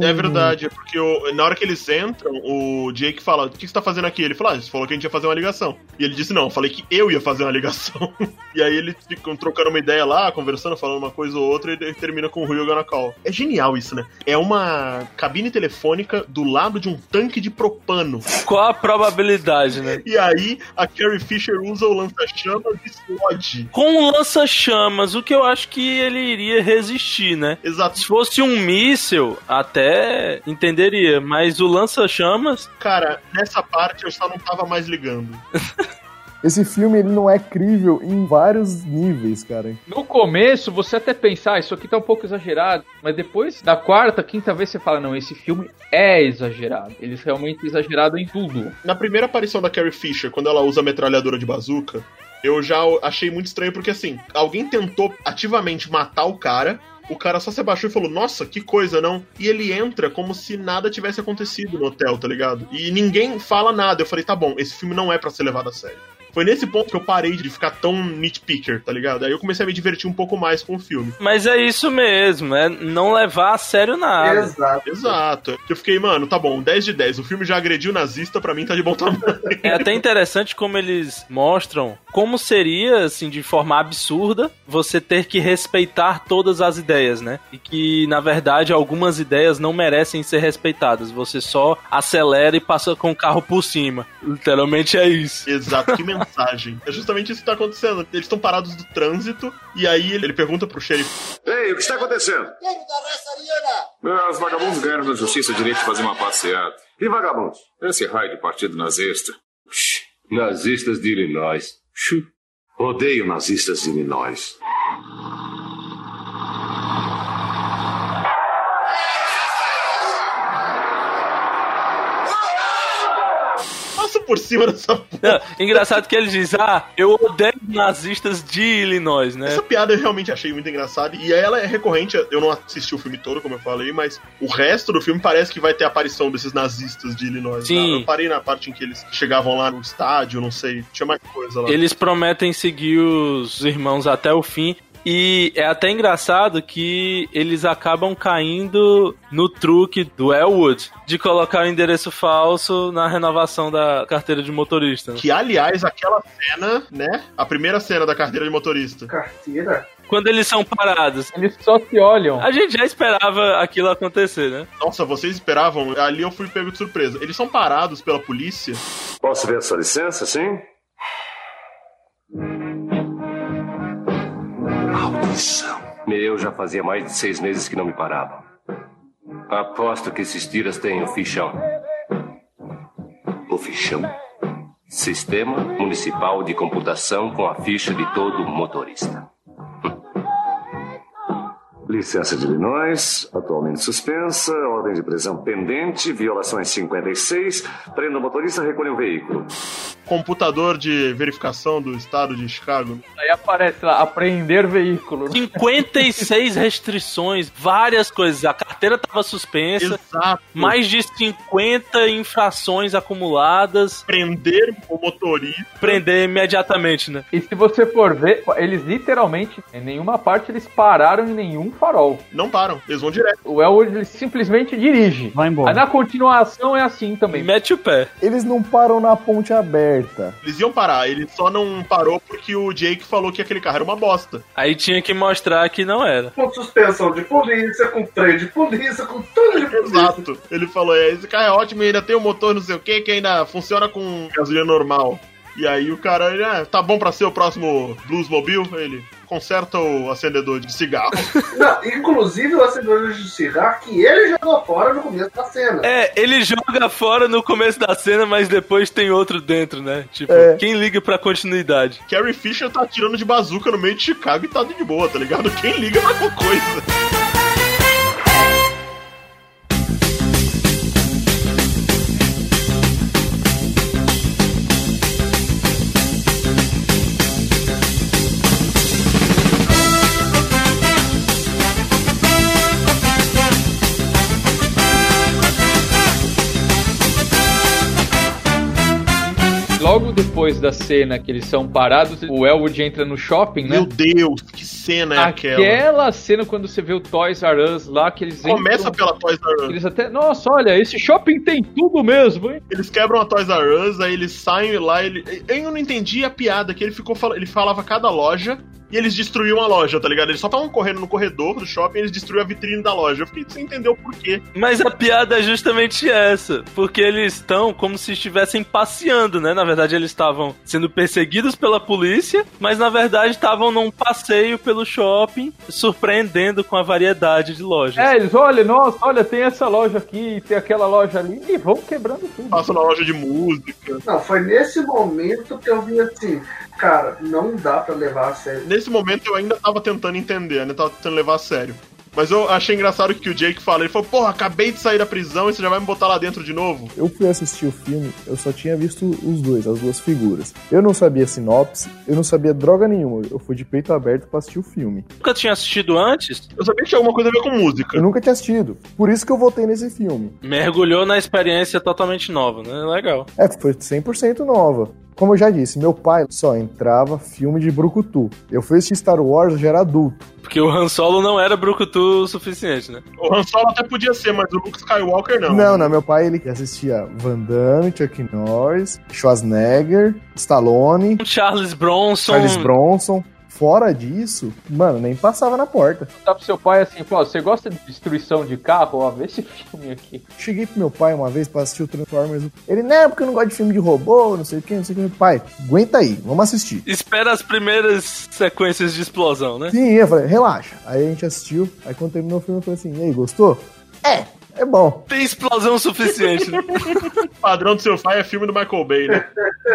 A: É verdade, é porque o- na hora que eles entram, o Jake fala: O que você tá fazendo aqui? Ele fala: Ah, você falou que a gente ia fazer uma ligação. E ele disse: Não, eu falei que eu ia fazer uma ligação. e aí eles ficam trocando uma ideia lá, conversando, falando uma coisa ou outra, e ele termina com o Rio Gonna Call. É genial isso, né? É uma cabine telefônica do lado de um tanque de propano.
C: Qual a probabilidade, né?
A: E aí a Carrie Fisher usa o lança-chamas e explode.
C: Com o lança-chamas, o que eu acho que ele iria resistir, né?
A: Exato.
C: Se fosse um míssil, até entenderia, mas o lança-chamas.
A: Cara, nessa parte eu só não tava mais ligando.
D: Esse filme ele não é crível em vários níveis, cara.
F: No começo, você até pensar, ah, isso aqui tá um pouco exagerado, mas depois, da quarta, quinta vez, você fala, não, esse filme é exagerado. Eles realmente exageraram em tudo.
A: Na primeira aparição da Carrie Fisher, quando ela usa a metralhadora de bazuca, eu já achei muito estranho, porque assim, alguém tentou ativamente matar o cara, o cara só se abaixou e falou, nossa, que coisa, não? E ele entra como se nada tivesse acontecido no hotel, tá ligado? E ninguém fala nada. Eu falei, tá bom, esse filme não é pra ser levado a sério. Foi nesse ponto que eu parei de ficar tão nitpicker, tá ligado? Aí eu comecei a me divertir um pouco mais com o filme.
C: Mas é isso mesmo, é não levar a sério nada.
G: Exato.
A: Exato. Eu fiquei, mano, tá bom, 10 de 10. O filme já agrediu nazista, pra mim tá de bom tamanho.
C: É até interessante como eles mostram como seria, assim, de forma absurda, você ter que respeitar todas as ideias, né? E que, na verdade, algumas ideias não merecem ser respeitadas. Você só acelera e passa com o carro por cima. Literalmente é isso.
A: Exato, que mensagem. É justamente isso que tá acontecendo. Eles estão parados do trânsito, e aí ele, ele pergunta pro xerife.
I: Ei, o que tá está acontecendo? É, Os vagabundos ganharam na justiça o direito de fazer uma passeada.
H: E vagabundos?
I: Esse raio de partido nazista.
H: Shh, Nazistas de Illinois. Shh. Odeio nazistas de Illinois.
A: Passa por cima dessa porra.
C: Não, engraçado que ele diz, ah, eu odeio nazistas de Illinois, né?
A: Essa piada eu realmente achei muito engraçada. E ela é recorrente. Eu não assisti o filme todo, como eu falei, mas o resto do filme parece que vai ter a aparição desses nazistas de Illinois.
C: Sim.
A: né? Eu parei na parte em que eles chegavam lá no estádio, não sei. Tinha mais coisa lá.
C: Eles prometem seguir os irmãos até o fim. E é até engraçado que eles acabam caindo no truque do Elwood de colocar o endereço falso na renovação da carteira de motorista. né?
A: Que, aliás, aquela cena, né? A primeira cena da carteira de motorista.
G: Carteira?
C: Quando eles são parados.
F: Eles só se olham.
C: A gente já esperava aquilo acontecer, né?
A: Nossa, vocês esperavam? Ali eu fui pego de surpresa. Eles são parados pela polícia.
H: Posso ver sua licença, sim? Maldição. Eu já fazia mais de seis meses que não me paravam. Aposto que esses tiras têm o fichão. O fichão? Sistema Municipal de Computação com a ficha de todo motorista. Licença de Illinois, atualmente suspensa, ordem de prisão pendente, violações 56, prenda o motorista, recolhe o veículo.
A: Computador de verificação do estado de Chicago.
F: Aí aparece lá, apreender veículo.
C: 56 restrições, várias coisas. A carteira tava suspensa,
A: Exato.
C: mais de 50 infrações acumuladas.
A: Prender o motorista.
C: Prender imediatamente, né?
F: E se você for ver, eles literalmente, em nenhuma parte, eles pararam em nenhum farol.
A: Não param, eles vão direto.
F: O Elwood ele simplesmente dirige.
E: Vai embora.
F: Aí na continuação é assim também.
C: Mete o pé.
D: Eles não param na ponte aberta.
A: Eles iam parar, ele só não parou porque o Jake falou que aquele carro era uma bosta.
C: Aí tinha que mostrar que não era.
G: Com suspensão de polícia, com freio de polícia, com tudo de polícia.
A: Exato. Ele falou: é, esse carro é ótimo e ainda tem um motor não sei o que, que ainda funciona com gasolina normal. E aí o cara, ele, ah, tá bom pra ser o próximo Bluesmobile? Ele conserta o acendedor de cigarro.
G: Não, inclusive o acendedor de cigarro que ele jogou fora no começo da cena.
C: É, ele joga fora no começo da cena, mas depois tem outro dentro, né? Tipo,
D: É.
C: quem liga pra continuidade?
A: Carrie Fisher tá atirando de bazuca no meio de Chicago e tá de boa, tá ligado? Quem liga pra qualquer coisa?
F: Logo depois da cena que eles são parados, o Elwood entra no shopping, né?
A: Meu Deus, que cena é aquela?
F: Aquela cena quando você vê o Toys R Us lá, que eles
A: Começa
F: entram,
A: pela Toys R Us.
F: Eles até. Nossa, olha, esse shopping tem tudo mesmo, hein?
A: Eles quebram a Toys R Us, aí eles saem lá, ele... Eu não entendi a piada, que ele ficou fal- ele falava cada loja e eles destruíam a loja, tá ligado? Eles só estavam correndo no corredor do shopping e eles destruíam a vitrine da loja. Eu fiquei sem entender o porquê.
C: Mas a piada é justamente essa, porque eles estão como se estivessem passeando, né? Na verdade, eles estavam sendo perseguidos pela polícia, mas na verdade estavam num passeio pelo shopping, surpreendendo com a variedade de lojas.
F: É, eles, olha, nossa, olha, tem essa loja aqui, tem aquela loja ali, e vão quebrando tudo.
A: Passa na loja de música.
G: Não, foi nesse momento que eu vi assim, cara, não dá pra levar a sério.
A: Nesse momento eu ainda tava tentando entender, ainda tava tentando levar a sério. Mas eu achei engraçado que o Jake fala, ele falou, porra, acabei de sair da prisão e você já vai me botar lá dentro de novo?
D: Eu fui assistir o filme, eu só tinha visto os dois, as duas figuras. Eu não sabia sinopse, eu não sabia droga nenhuma. Eu fui de peito aberto pra assistir o filme.
C: Nunca tinha assistido antes,
A: Eu sabia que tinha alguma coisa a ver com música.
D: Eu nunca tinha assistido. Por isso que eu votei nesse filme.
C: mergulhou na experiência totalmente nova, né? Legal.
D: É, foi 100% nova. Como eu já disse, meu pai só entrava filme de brucutu. Eu fui assistir Star Wars, eu já era adulto.
C: Porque o Han Solo não era brucutu o suficiente, né?
A: O Han Solo até podia ser, mas o Luke Skywalker não.
D: Não, não, meu pai ele assistia Van Damme, Chuck Norris, Schwarzenegger, Stallone,
C: Um Charles Bronson.
D: Charles Bronson. Fora disso, mano, nem passava na porta.
F: Tá pro seu pai assim, fala, você gosta de destruição de carro? Ó, vê esse filme aqui.
D: Cheguei pro meu pai uma vez pra assistir o Transformers. Ele, não, porque eu não gosto de filme de robô, não sei o que, não sei o que. Meu Pai, aguenta aí, vamos assistir.
C: Espera as primeiras sequências de explosão, né?
D: Sim, eu falei, relaxa. Aí a gente assistiu, aí quando terminou o filme, eu falei assim, e aí, gostou? É, é bom.
C: Tem explosão suficiente. né?
A: O padrão do seu pai é filme do Michael Bay, né?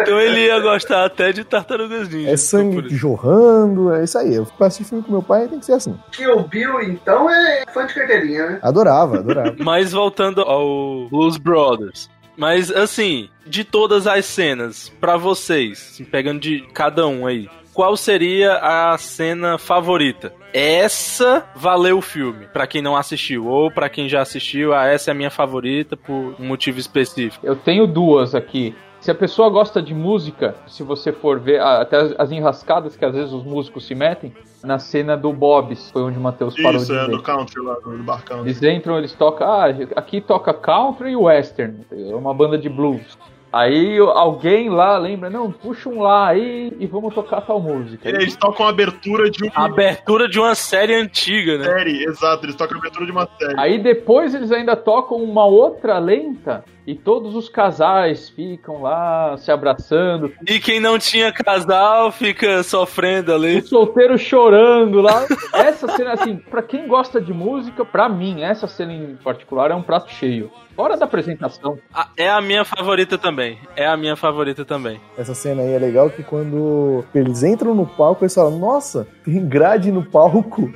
C: então ele ia gostar até de Tartarugas Ninja.
D: É
C: Por
D: sangue
C: isso.
D: jorrando, é isso aí. Eu pra assistir filme com meu pai tem que ser assim.
G: Kill Bill, então, é fã de carteirinha, né?
D: Adorava, adorava.
C: Mas voltando ao Blues Brothers. Mas assim, de todas as cenas, pra vocês, assim, pegando de cada um aí, qual seria a cena favorita? Essa valeu o filme, pra quem não assistiu, ou pra quem já assistiu, ah, essa é a minha favorita por um motivo específico.
F: Eu tenho duas aqui. Se a pessoa gosta de música, se você for ver a- até as, as enrascadas que às vezes os músicos se metem, na cena do Bob's, foi onde o Matheus parou
A: Isso,
F: de
A: é
F: ver.
A: do country lá, do bar country.
F: Eles entram, eles tocam. Ah, aqui toca country e western. É uma banda de blues. Aí alguém lá lembra, não, puxa um lá aí e vamos tocar tal música.
A: Eles tocam a abertura de
C: A
F: Ah,
A: uma
C: abertura de uma série antiga, né?
A: série, exato, eles tocam a abertura de uma série.
F: Aí depois eles ainda tocam uma outra lenta e todos os casais ficam lá se abraçando.
C: E quem não tinha casal fica sofrendo ali.
F: O solteiro chorando lá. Essa cena, assim, pra quem gosta de música, pra mim, essa cena em particular é um prato cheio. Fora da apresentação, né?
C: Ah, É a minha favorita também. É a minha favorita também.
D: Essa cena aí é legal que quando eles entram no palco, eles falam, nossa, tem grade no palco.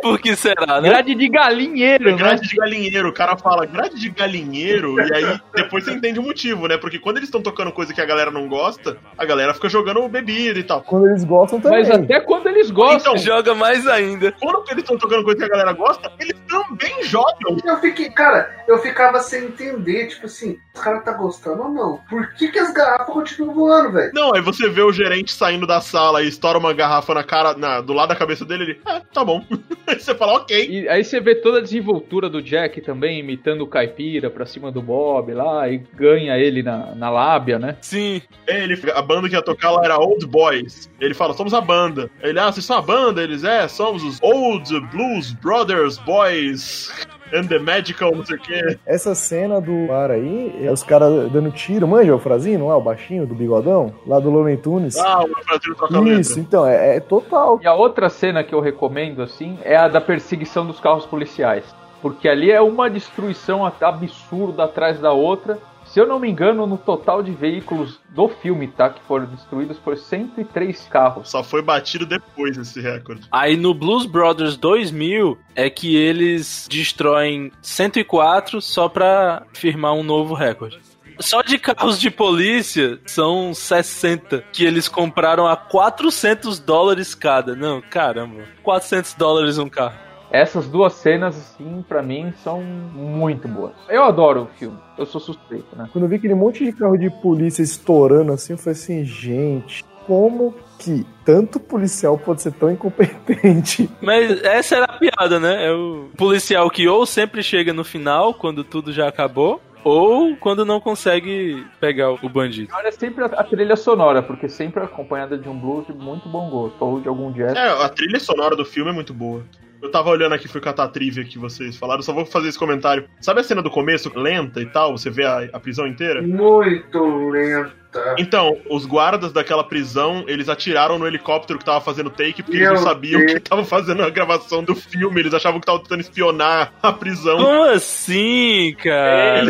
C: Por que será, né?
F: grade de galinheiro, né?
A: É Grade de galinheiro, o cara fala grade de galinheiro, e aí depois você entende o motivo, né? Porque quando eles estão tocando coisa que a galera não gosta, a galera fica jogando bebida e tal.
D: Quando eles gostam também.
F: Mas até quando eles gostam.
A: Então,
C: Joga mais ainda.
A: quando eles estão tocando coisa que a galera gosta, eles também jogam.
G: Eu fiquei, cara, eu ficava sem entender, tipo assim, os caras tá gostando ou não? Por que, que as garrafas continuam voando, velho?
A: Não, aí você vê o gerente saindo da sala e estoura uma garrafa na cara, na- do lado da cabeça dele, ele, ah, tá bom. Aí você fala, ok.
F: E aí você vê toda a desenvoltura do Jack também, imitando o caipira pra cima do Bob lá, e ganha ele na, na lábia, né?
C: Sim.
A: É, Ele, a banda que ia tocar lá era Old Boys. Ele fala, somos a banda. Ele, ah, vocês são a banda? Eles, é, somos os Old Blues Brothers Boys and the Magical, não sei o quê.
D: Essa cena do bar aí, é os caras dando tiro. Manja o Frazinho, não é? O baixinho do bigodão, lá do Lomen Tunis.
A: Ah, o Brasil troca a letra.
D: Isso, então, é, é total.
F: E a outra cena que eu recomendo, assim, é a da perseguição dos carros policiais. Porque ali é uma destruição a- absurda atrás da outra. Se eu não me engano, no total de veículos do filme, tá? Que foram destruídos, foram 103 carros.
A: Só foi batido depois esse recorde.
C: Aí no Blues Brothers 2000 é que eles destroem 104 só pra firmar um novo recorde. Só de carros de polícia são 60 que eles compraram a 400 dólares cada. Não, caramba. 400 dólares um carro.
F: Essas duas cenas, assim, pra mim, são muito boas. Eu adoro o filme. Eu sou suspeito, né?
D: Quando eu vi aquele monte de carro de polícia estourando assim, eu falei assim, gente, como que tanto policial pode ser tão incompetente?
C: Mas essa era a piada, né? É o policial que ou sempre chega no final, quando tudo já acabou, ou quando não consegue pegar o bandido.
F: Olha é sempre a, a trilha sonora, porque sempre acompanhada de um blues de muito bom gosto, ou de algum jazz.
A: É, a trilha sonora do filme é muito boa. Eu tava olhando aqui, fui catar a trivia que vocês falaram, só vou fazer esse comentário. Sabe a cena do começo, lenta e tal? Você vê a, a prisão inteira?
G: Muito lenta.
A: Então, os guardas daquela prisão, eles atiraram no helicóptero que tava fazendo take, porque eles
G: Meu
A: não sabiam
G: Deus.
A: que tava fazendo a gravação do filme, eles achavam que tava tentando espionar a prisão.
C: Como assim,
A: Eles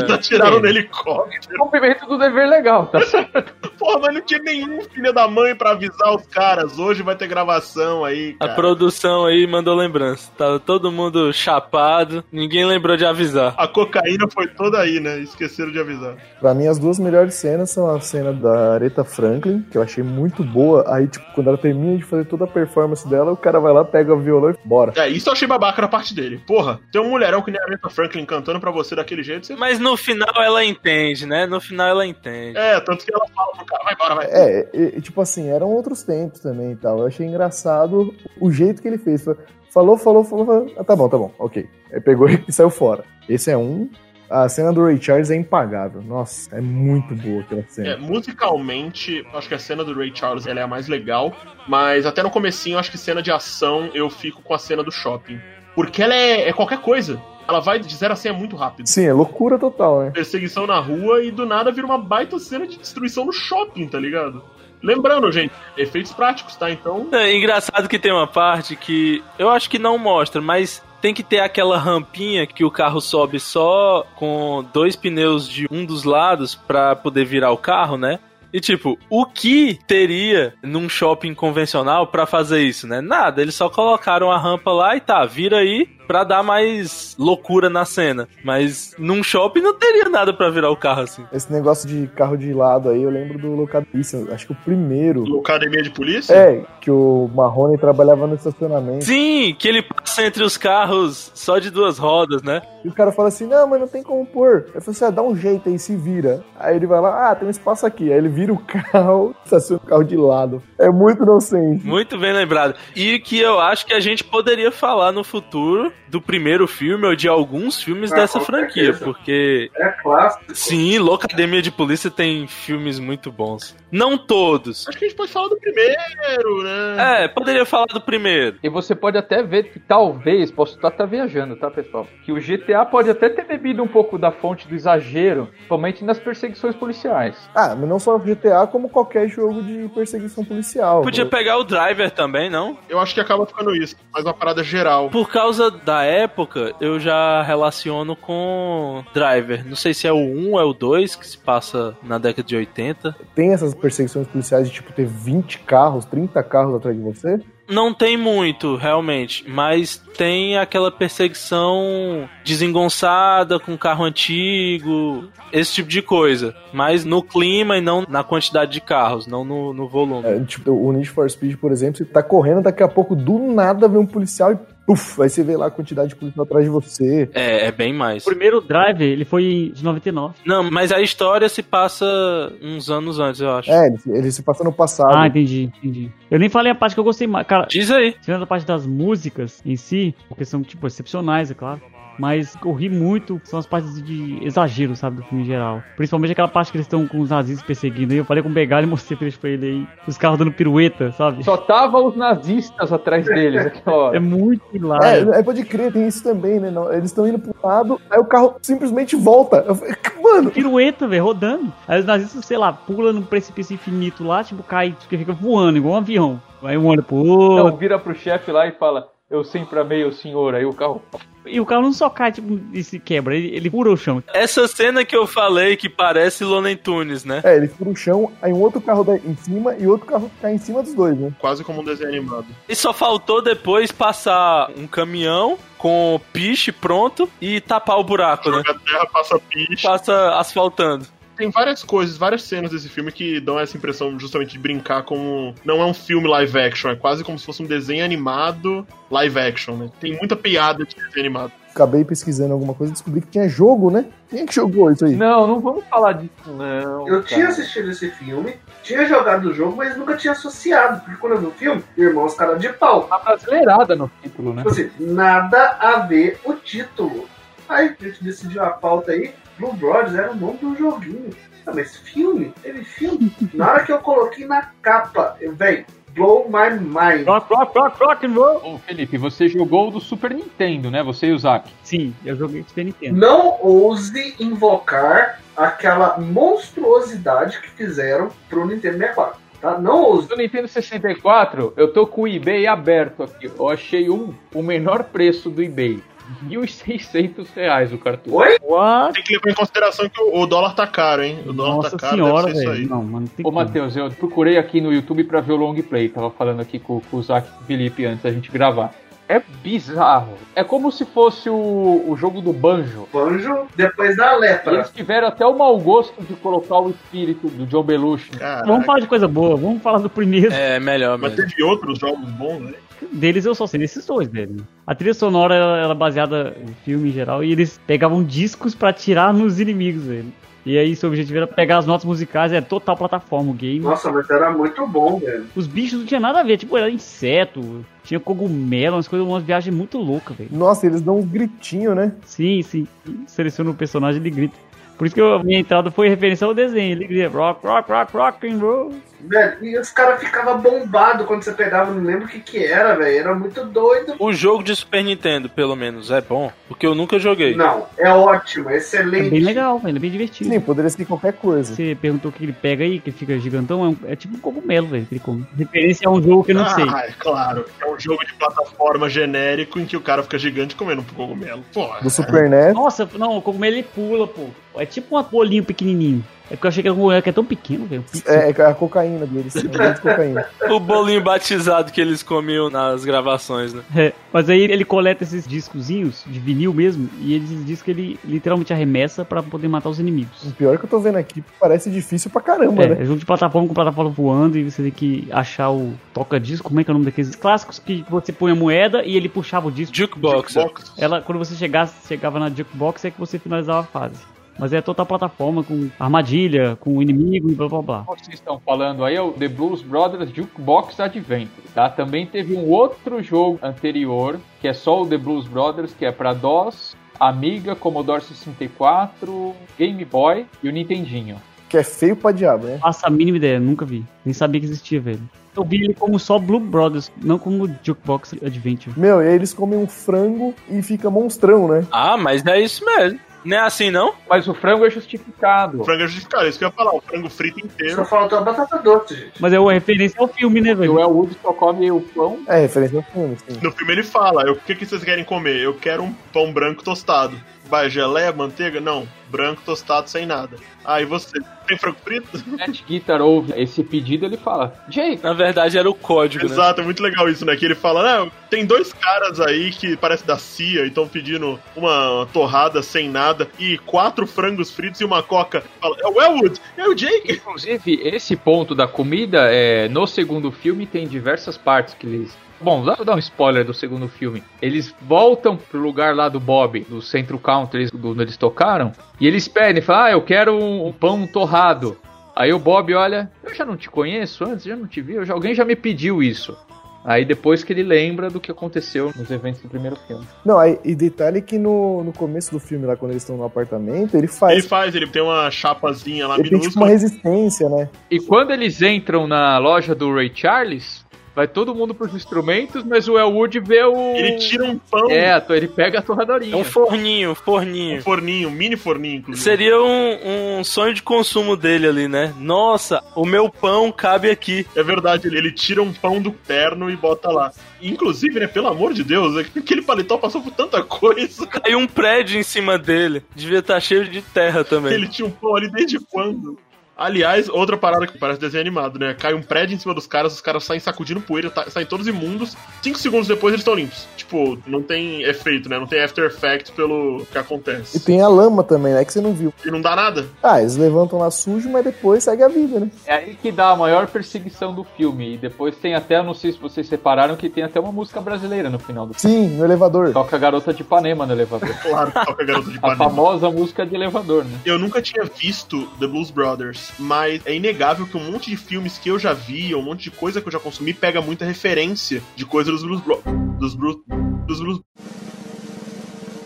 G: é?
C: cara?
A: atiraram no helicóptero.
F: Cumprimento do dever legal, tá certo?
A: Porra, mas não tinha nenhum filho da mãe pra avisar os caras. Hoje vai ter gravação aí,
C: A
A: cara.
C: produção aí mandou lembrança. Tava todo mundo chapado, ninguém lembrou de avisar.
A: A cocaína foi toda aí, né? Esqueceram de avisar.
D: Pra mim, as duas melhores cenas são a cena da Aretha Franklin, que eu achei muito boa. Aí, tipo, quando ela termina de fazer toda a performance dela, o cara vai lá, pega o violão e bora.
A: É, isso eu achei babaca na parte dele. Porra, tem um mulherão que nem a Aretha Franklin cantando pra você daquele jeito, você...
C: Mas no final ela entende, né? No final ela entende.
A: É, tanto que ela fala pro cara, vai embora, vai.
D: É, e- e, tipo assim, eram outros tempos também e tal. Eu achei engraçado o jeito que ele fez. Falou, falou, falou, falou. Ah, tá bom, tá bom, ok. Aí pegou e saiu fora. Esse é um. A cena do Ray Charles é impagável. Nossa, é muito boa aquela
A: É,
D: cena.
A: musicalmente, acho que a cena do Ray Charles ela é a mais legal, mas até no comecinho, acho que cena de ação, eu fico com a cena do shopping. Porque ela é, é qualquer coisa. Ela vai de 0 a 100 é muito rápido.
D: Sim, é loucura total, né?
A: Perseguição na rua e do nada vira uma baita cena de destruição no shopping, tá ligado? Lembrando, gente, efeitos práticos, tá? Então,
C: É engraçado que tem uma parte que eu acho que não mostra, mas tem que ter aquela rampinha que o carro sobe só com dois pneus de um dos lados pra poder virar o carro, né? E tipo, o que teria num shopping convencional pra fazer isso, né? Nada, eles só colocaram a rampa lá e tá, vira aí pra dar mais loucura na cena. Mas num shopping não teria nada pra virar o carro assim.
D: Esse negócio de carro de lado aí, eu lembro do Locadícia. Acho que o primeiro.
A: academia de polícia?
D: É, que o Marrone trabalhava no estacionamento.
C: Sim, que ele passa entre os carros só de duas rodas, né?
D: E o cara fala assim: não, mas não tem como pôr. Eu falei assim: ah, dá um jeito aí, se vira. Aí ele vai lá: ah, tem um espaço aqui. Aí ele vira o carro, estaciona o carro de lado. É muito inocente.
C: Muito bem lembrado. E que eu acho que a gente poderia falar no futuro do primeiro filme ou de alguns filmes
G: Ah,
C: dessa
G: com
C: franquia,
G: certeza.
C: porque
G: É clássico.
C: sim, Locademia de Polícia tem filmes muito bons. Não todos.
A: Acho que a gente pode falar do primeiro, né?
C: É, poderia falar do primeiro.
F: E você pode até ver que talvez, posso estar tá viajando, tá, pessoal? Que o GTA pode até ter bebido um pouco da fonte do exagero, principalmente nas perseguições policiais.
D: Ah, mas não só GTA, como qualquer jogo de perseguição policial.
C: Podia pegar o Driver também, não?
A: Eu acho que acaba ficando isso, mas uma parada geral.
C: Por causa da época, eu já relaciono com Driver. Não sei se é o 1 ou é o 2 que se passa na década de 80.
D: Tem essas perseguições policiais de tipo ter 20 carros, 30 carros atrás de você.
C: Não tem muito, realmente, mas tem aquela perseguição desengonçada com carro antigo, esse tipo de coisa. Mas no clima e não na quantidade de carros, não no, no volume.
D: É, tipo, o Need for Speed, por exemplo, você tá correndo, daqui a pouco do nada vem um policial e puf, aí você vê lá a quantidade de policial atrás de você.
C: É, é bem mais.
E: O primeiro drive, ele foi de 99.
C: Não, mas a história se passa uns anos antes, eu acho.
D: É, ele, ele se passa no passado.
E: Ah, entendi, entendi. Eu nem falei a parte que eu gostei mais. Cara,
C: Diz aí.
E: tirando a parte das músicas em si, porque são, tipo, excepcionais, é claro. Mas eu ri muito, são as partes de exagero, sabe, do filme em geral. Principalmente aquela parte que eles estão com os nazis perseguindo. Aí eu falei com o Begalho e mostrei pra eles pra ele aí. Os carros dando pirueta, sabe?
F: Só tava os nazistas atrás deles naquela hora.
E: É muito hilário.
D: É, é, pode crer, tem isso também, né? Não, eles estão indo pro lado, aí o carro simplesmente volta. Eu falei, Mano,
E: pirueta, velho, rodando. Aí os nazistas, sei lá, pula num precipício infinito lá, tipo, cai, porque fica voando, igual um avião. Vai um olho pro outro.
F: Então vira pro chefe lá e fala: Eu sempre amei o senhor. Aí o carro.
E: E o carro não só cai, tipo, e se quebra, ele, ele fura o chão.
C: Essa cena que eu falei que parece Looney Tunes, né?
D: É, ele fura o chão, aí um outro carro dá em cima e outro carro cai em cima dos dois, né?
A: Quase como um desenho animado.
C: E só faltou depois passar um caminhão com o piche pronto e tapar o buraco, né?
A: Joga terra, passa piche.
C: Passa asfaltando.
A: Tem várias coisas, várias cenas desse filme que dão essa impressão justamente de brincar como. Não é um filme live action, é quase como se fosse um desenho animado live action, né? Tem muita piada de desenho animado.
D: Acabei pesquisando alguma coisa e descobri que tinha jogo, né? Quem é que jogou isso aí?
F: Não, não vamos falar disso, não.
G: Eu
F: cara."
G: tinha assistido esse filme, tinha jogado o jogo, mas nunca tinha associado. Porque quando eu vi o filme, irmãos cara de pau.
F: Uma Tá brasileirada no título, né?
G: Tipo assim, nada a ver o título. Aí a gente decidiu a pauta aí, Blue Brothers era o nome do joguinho. Ah, mas filme? Teve filme? Na hora que eu coloquei na capa, eu, véi, Blow My Mind.
E: Rock, rock, rock, rock and roll.
F: Ô, Felipe, você jogou o do Super Nintendo, né? Você e o Zack.
E: Sim, eu joguei Super Nintendo.
G: Não ouse invocar aquela monstruosidade que fizeram pro Nintendo 64. Tá? Não ouse.
F: Do Nintendo 64, eu tô com o eBay aberto aqui. Eu achei um, o menor preço do eBay. R$ 1.600 reais o cartucho.
G: Oi?
E: What?
A: Tem que levar em consideração que o, o dólar tá caro, hein? O dólar
E: Nossa
A: tá caro,
E: senhora,
A: deve ser
E: velho.
A: isso aí.
E: Não, mano, tem
F: Ô,
E: como.
F: Matheus, eu procurei aqui no YouTube pra ver o long play. Tava falando aqui com, com o Zac e o Felipe antes da gente gravar. É bizarro. É como se fosse o, o jogo do banjo.
G: Banjo depois da
F: E
G: lepra.
F: eles tiveram até o mau gosto de colocar o espírito do John Belushi.
E: Vamos
A: Caraca.
E: falar de coisa boa, vamos falar do primeiro
C: É, melhor
A: Mas
C: mesmo.
A: teve outros jogos bons, né?
E: deles, eu só sei desses dois, velho. A trilha sonora ela era baseada em filme em geral e eles pegavam discos pra tirar nos inimigos, velho. E aí seu objetivo era pegar as notas musicais, é total plataforma o game.
G: Nossa, mas era muito bom, velho.
E: Os bichos não tinha nada a ver, tipo, era inseto, tinha cogumelo, umas coisas, uma viagem muito louca, velho.
D: Nossa, eles dão um gritinho, né?
E: Sim, sim. Seleciona o personagem e ele grita. Por isso que a minha entrada foi referência ao desenho. Ele grita rock, rock, rock, rock and roll.
G: velho e os caras ficavam bombados quando você pegava, não lembro o que que era, velho. Era muito doido.
C: O jogo de Super Nintendo, pelo menos, é bom, porque eu nunca joguei.
G: Não, é ótimo, é
E: É
G: excelente.
E: bem legal, velho. É bem divertido.
D: Sim, poderia ser qualquer coisa.
E: Você perguntou o que ele pega aí, que fica gigantão. É, um- é tipo um cogumelo, velho, que ele come. Referência a um jogo que eu não sei.
A: Ah, é claro. É um jogo de plataforma genérico em que o cara fica gigante comendo um cogumelo. Pô,
D: Do Super NES.
E: Nossa, não, o cogumelo ele pula, pô. É tipo um bolinho pequenininho. É porque eu achei que era um cogumelo que é tão pequeno, velho.
D: É, é a cocaína deles. é muito cocaína.
C: O bolinho batizado que eles comiam nas gravações, né?
E: É, mas aí ele coleta esses discozinhos de vinil mesmo e eles dizem que ele literalmente arremessa pra poder matar os inimigos.
D: O pior é que eu tô vendo aqui parece difícil pra caramba, né?
E: É, é jogo de plataforma com plataforma voando e você tem que achar o toca-disco, como é que é o nome daqueles clássicos que você põe a moeda e ele puxava o disco.
C: Jukebox.
A: Box.
E: Ela, quando você chegasse, chegava na jukebox, é que você finalizava a fase. Mas é total plataforma com armadilha, com inimigo e blá blá blá.
F: vocês estão falando aí é o The Blues Brothers Jukebox Adventure, tá? Também teve um outro jogo anterior, que é só o The Blues Brothers, que é pra DOS, Amiga, Commodore 64, Game Boy e o Nintendinho.
D: Que é feio pra diabo, né?
E: Faça a mínima ideia, nunca vi. Nem sabia que existia, velho. Eu vi ele como só Blue Brothers, não como Jukebox Adventure.
D: Meu, e aí eles comem um frango e fica monstrão, né?
C: Ah, mas é isso mesmo. Não é assim, não?
F: Mas o frango é justificado.
A: O frango é justificado, isso que eu ia falar. O frango frito inteiro.
G: Só faltou a batata doce, gente.
E: Mas é uma referência ao filme, né,
F: E
E: velho?
F: o Elwood só come o pão.
D: É, referência ao filme, sim.
A: No filme ele fala, eu- o que, que vocês querem comer? Eu quero um pão branco tostado. Vai, geleia, manteiga? Não, branco tostado sem nada. Aí você tem frango frito?
F: Net Guitar ouve esse pedido, ele fala, Jake,
C: Na verdade era o código, né?
A: Exato, é muito legal isso, né? Que ele fala, né? Tem dois caras aí que parece da CIA e estão pedindo uma torrada sem nada e quatro frangos fritos e uma coca. Fala, é o Elwood, é o Jake.
F: Inclusive, esse ponto da comida, é, no segundo filme, tem diversas partes que eles. Bom, lá vou dar um spoiler do segundo filme. Eles voltam pro lugar lá do Bob, do Centro Country, do- onde eles tocaram, e eles pedem, falam, ah, eu quero um, um pão torrado. Aí o Bob olha, eu já não te conheço antes, já não te vi, eu já- alguém já me pediu isso. Aí depois que ele lembra do que aconteceu nos eventos do primeiro filme.
D: Não, aí, e detalhe que no, no começo do filme, lá quando eles estão no apartamento, ele
A: Ele
D: faz.
A: faz, ele tem uma chapazinha lá
D: Ele tem tipo
A: minúscula.
D: uma resistência, né?
F: E quando eles entram na loja do Ray Charles, vai todo mundo pros instrumentos, mas o Elwood vê o.
A: Ele tira um pão,
F: É, a to- ele pega a torradorinha.
C: É um forninho,
A: um
C: forninho.
A: forninho, um mini forninho, inclusive.
C: Seria um, um sonho de consumo dele ali, né? Nossa, o meu pão cabe aqui.
A: É verdade, ele, ele tira um pão do terno e bota lá. Inclusive, né, pelo amor de Deus, aquele paletó passou por tanta coisa.
C: Caiu um prédio em cima dele. Devia estar cheio de terra também.
A: Ele tinha um pão ali desde quando? Aliás, outra parada que parece desenho animado, né? Cai um prédio em cima dos caras, os caras saem sacudindo poeira, tá- saem todos imundos. Cinco segundos depois eles estão limpos. Tipo, não tem efeito, né? Não tem after effect pelo que
D: E
A: acontece.
D: tem a lama também, né? Que você não viu.
A: E não dá nada.
D: Ah, eles levantam lá sujo, mas depois segue a vida, né?
F: É aí que dá a maior perseguição do filme. E depois tem até, eu não sei se vocês separaram, que tem até uma música brasileira no final do filme.
D: Sim, no elevador.
F: Toca a Garota de Ipanema no elevador.
A: Claro que toca a garota de
F: A
A: Ipanema.
F: famosa música de elevador, né?
A: Eu nunca tinha visto The Blues Brothers, mas é inegável que um monte de filmes que eu já vi, ou um monte de coisa que eu já consumi, pega muita referência de coisa dos Blues Brothers. Dos Blues. Dos Blues.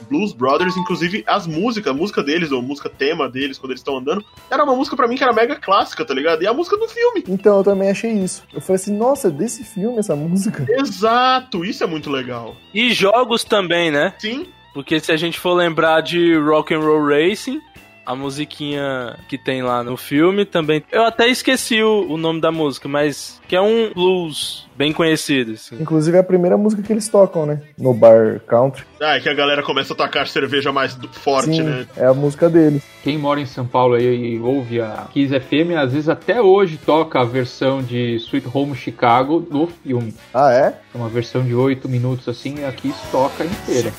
A: Blues Brothers, inclusive as músicas, a música deles, ou música tema deles, quando eles estão andando, era uma música pra mim que era mega clássica, tá ligado? E a música do filme.
D: Então, eu também achei isso. Eu falei assim, nossa, desse filme essa música?
A: Exato, isso é muito legal.
C: E jogos também, né?
A: Sim,
C: Porque se a gente for lembrar de Rock and Roll Racing, a musiquinha que tem lá no filme também. Eu até esqueci o, o nome da música, mas que é um blues bem conhecido, assim.
D: Inclusive é a primeira música que eles tocam, né? No bar country.
A: ah, é que a galera começa a tacar cerveja mais do- forte,
D: Sim,
A: né?
D: é a música deles.
F: Quem mora em São Paulo aí e ouve a Kiss FM, às vezes até hoje toca a versão de Sweet Home Chicago do filme.
D: Ah, é?
F: É uma versão de 8 minutos assim e aqui toca inteira.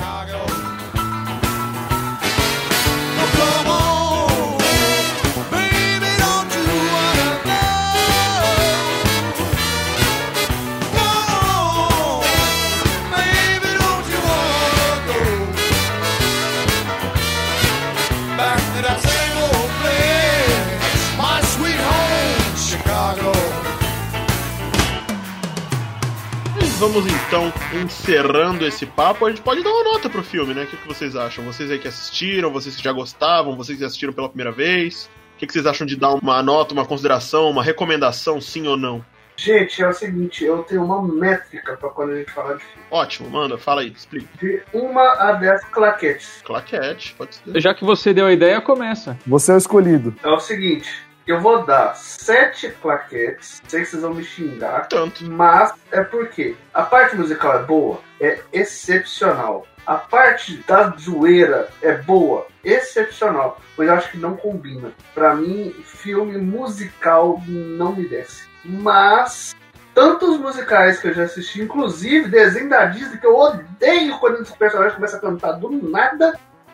A: Mas Vamos então encerrando esse papo. A gente pode dar uma nota pro filme, né? O que, que vocês acham? Vocês aí que assistiram, vocês que já gostavam, vocês que assistiram pela primeira vez. O que, que vocês acham de dar uma nota, uma consideração, uma recomendação, sim ou não?
G: Gente, é o seguinte, eu tenho uma métrica pra quando a gente falar de filme.
A: Ótimo, manda, fala aí, explica.
G: De 1 a 10 claquetes.
A: Claquete, pode ser. é
F: Já que você deu a ideia, começa.
D: Você é o escolhido.
G: É o seguinte, eu vou dar 7 claquetes, sei que vocês vão me xingar,
A: Tanto.
G: mas é porque a parte musical é boa, é excepcional. A parte da zoeira é boa, excepcional, mas eu acho que não combina. Pra mim, filme musical não me desce. Mas tantos musicais que eu já assisti, inclusive desenho da Disney que eu odeio quando os personagens começam a cantar do nada,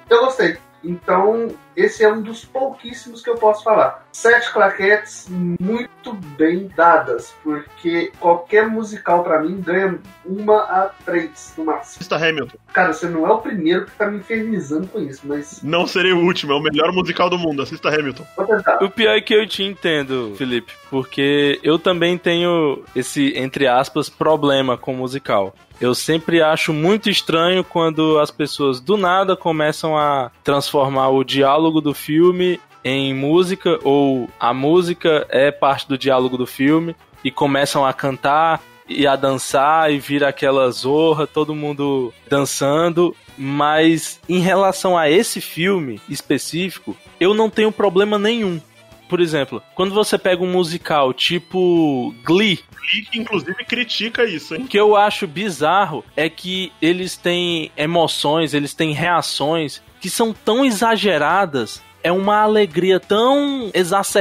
G: eu gostei. Então, esse é um dos pouquíssimos que eu posso falar. Sete claquetes muito bem dadas, porque qualquer musical pra mim ganha uma a três no máximo.
A: Pista Hamilton.
G: Cara, você não é o primeiro que tá me infernizando com isso, mas
A: Não serei o último, é o melhor musical do mundo. Assista Hamilton.
G: vou tentar.
C: O pior é que eu te entendo, Felipe, porque eu também tenho esse, entre aspas, problema com musical. Eu sempre acho muito estranho quando as pessoas do nada começam a transformar o diálogo do filme em música, ou a música é parte do diálogo do filme, e começam a cantar e a dançar e vira aquela zorra, todo mundo dançando. Mas em relação a esse filme específico, eu não tenho problema nenhum. Por exemplo, quando você pega um musical tipo Glee,
A: E que, inclusive, critica isso, hein?
C: o que eu acho bizarro é que eles têm emoções, eles têm reações que são tão exageradas. É uma alegria tão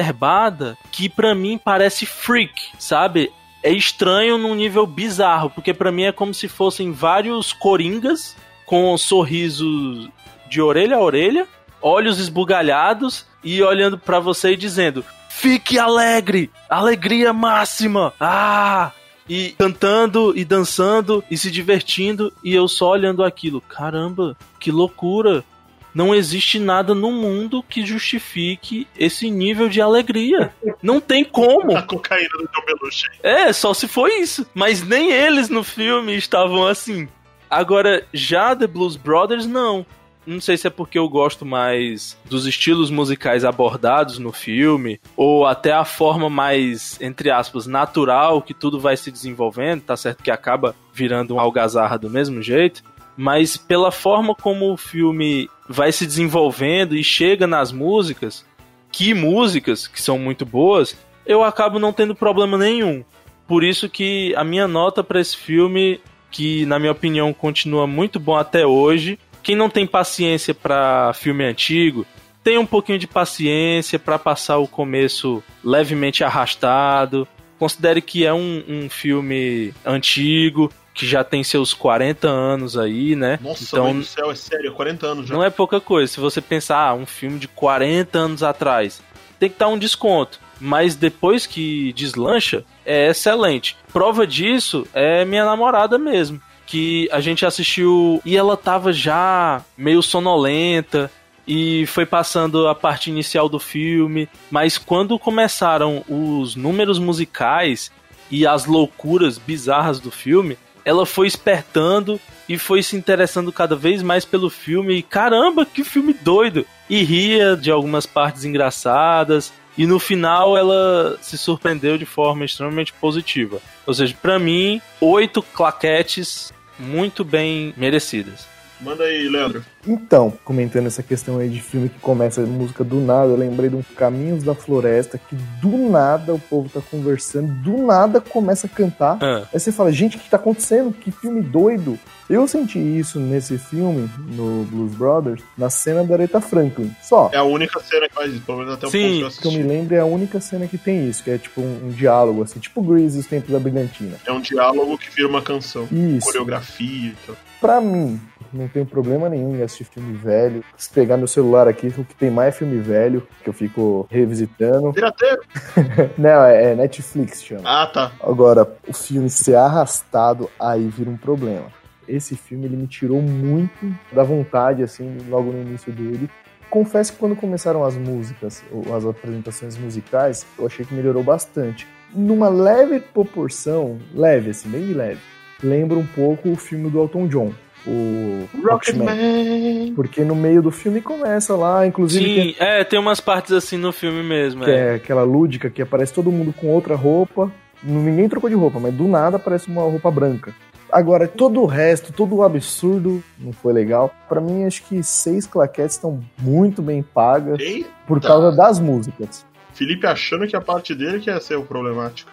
C: exacerbada que pra mim parece freak, sabe? É estranho num nível bizarro, porque pra mim é como se fossem vários coringas com sorrisos de orelha a orelha, olhos esbugalhados e olhando pra você e dizendo: "Fique alegre, alegria máxima". Ah! e cantando e dançando e se divertindo e eu só olhando aquilo. Caramba, que loucura! Não existe nada no mundo que justifique esse nível de alegria. Não tem como.
A: A cocaína do John Belushi.
C: É, só se for isso. Mas nem eles no filme estavam assim. Agora, já The Blues Brothers, não. Não sei se é porque eu gosto mais dos estilos musicais abordados no filme, ou até a forma mais, entre aspas, natural que tudo vai se desenvolvendo, tá certo que acaba virando uma algazarra do mesmo jeito, mas pela forma como o filme vai se desenvolvendo e chega nas músicas, que músicas, que são muito boas, eu acabo não tendo problema nenhum. Por isso que a minha nota pra esse filme, que na minha opinião continua muito bom até hoje, quem não tem paciência pra filme antigo, tem um pouquinho de paciência pra passar o começo levemente arrastado. Considere que é um, um filme antigo, que já tem seus 40 anos aí, né?
A: Nossa, mãe do céu, é sério, é 40 anos já.
C: Não é pouca coisa. Se você pensar, ah, um filme de 40 anos atrás, tem que dar um desconto. Mas depois que deslancha, é excelente. Prova disso é minha namorada mesmo. Que a gente assistiu e ela tava já meio sonolenta. E foi passando a parte inicial do filme. Mas quando começaram os números musicais e as loucuras bizarras do filme, ela foi espertando e foi se interessando cada vez mais pelo filme. E caramba, que filme doido! E ria de algumas partes engraçadas. E no final ela se surpreendeu de forma extremamente positiva. Ou seja, pra mim, oito claquetes muito bem merecidas.
A: Manda aí, Leandro.
D: Então, comentando essa questão aí de filme que começa a música do nada, eu lembrei de um Caminhos da Floresta, que do nada o povo tá conversando, do nada começa a cantar.
C: Ah.
D: Aí você fala, gente, o que tá acontecendo? Que filme doido. Eu senti isso nesse filme, no Blues Brothers, na cena da Aretha Franklin. Só.
A: É a única cena que faz isso, pelo menos até o
C: Sim,
A: ponto que eu
D: Que eu me
A: assisti.
D: lembro é a única cena que tem isso, que é tipo um, um diálogo, assim, tipo Grease e os Tempos da Brilhantina.
A: É um diálogo que vira uma canção.
D: Isso.
A: Coreografia e tal.
D: Pra mim, não tenho problema nenhum em assistir filme velho. Se pegar meu celular aqui, o que tem mais é filme velho, que eu fico revisitando.
A: Pirateiro.
D: Não, é, é Netflix, chama.
A: Ah, tá.
D: Agora, o filme ser arrastado, aí vira um problema. Esse filme, ele me tirou muito da vontade, assim, logo no início dele. Confesso que quando começaram as músicas, ou as apresentações musicais, eu achei que melhorou bastante. Numa leve proporção, leve, assim, bem de leve, lembra um pouco o filme do Elton John, o Rocketman.
A: Rocketman.
D: Porque no meio do filme começa lá, inclusive tem
C: Sim, é, tem umas partes assim no filme mesmo.
D: que
C: é.
D: é aquela lúdica que aparece todo mundo com outra roupa. Ninguém trocou de roupa, mas do nada aparece uma roupa branca. Agora, todo o resto, todo o absurdo, não foi legal. Pra mim, acho que seis claquetes estão muito bem pagas
A: Ei,
D: por
A: Tá.
D: causa das músicas.
A: Felipe achando que a parte dele que ia ser o problemático.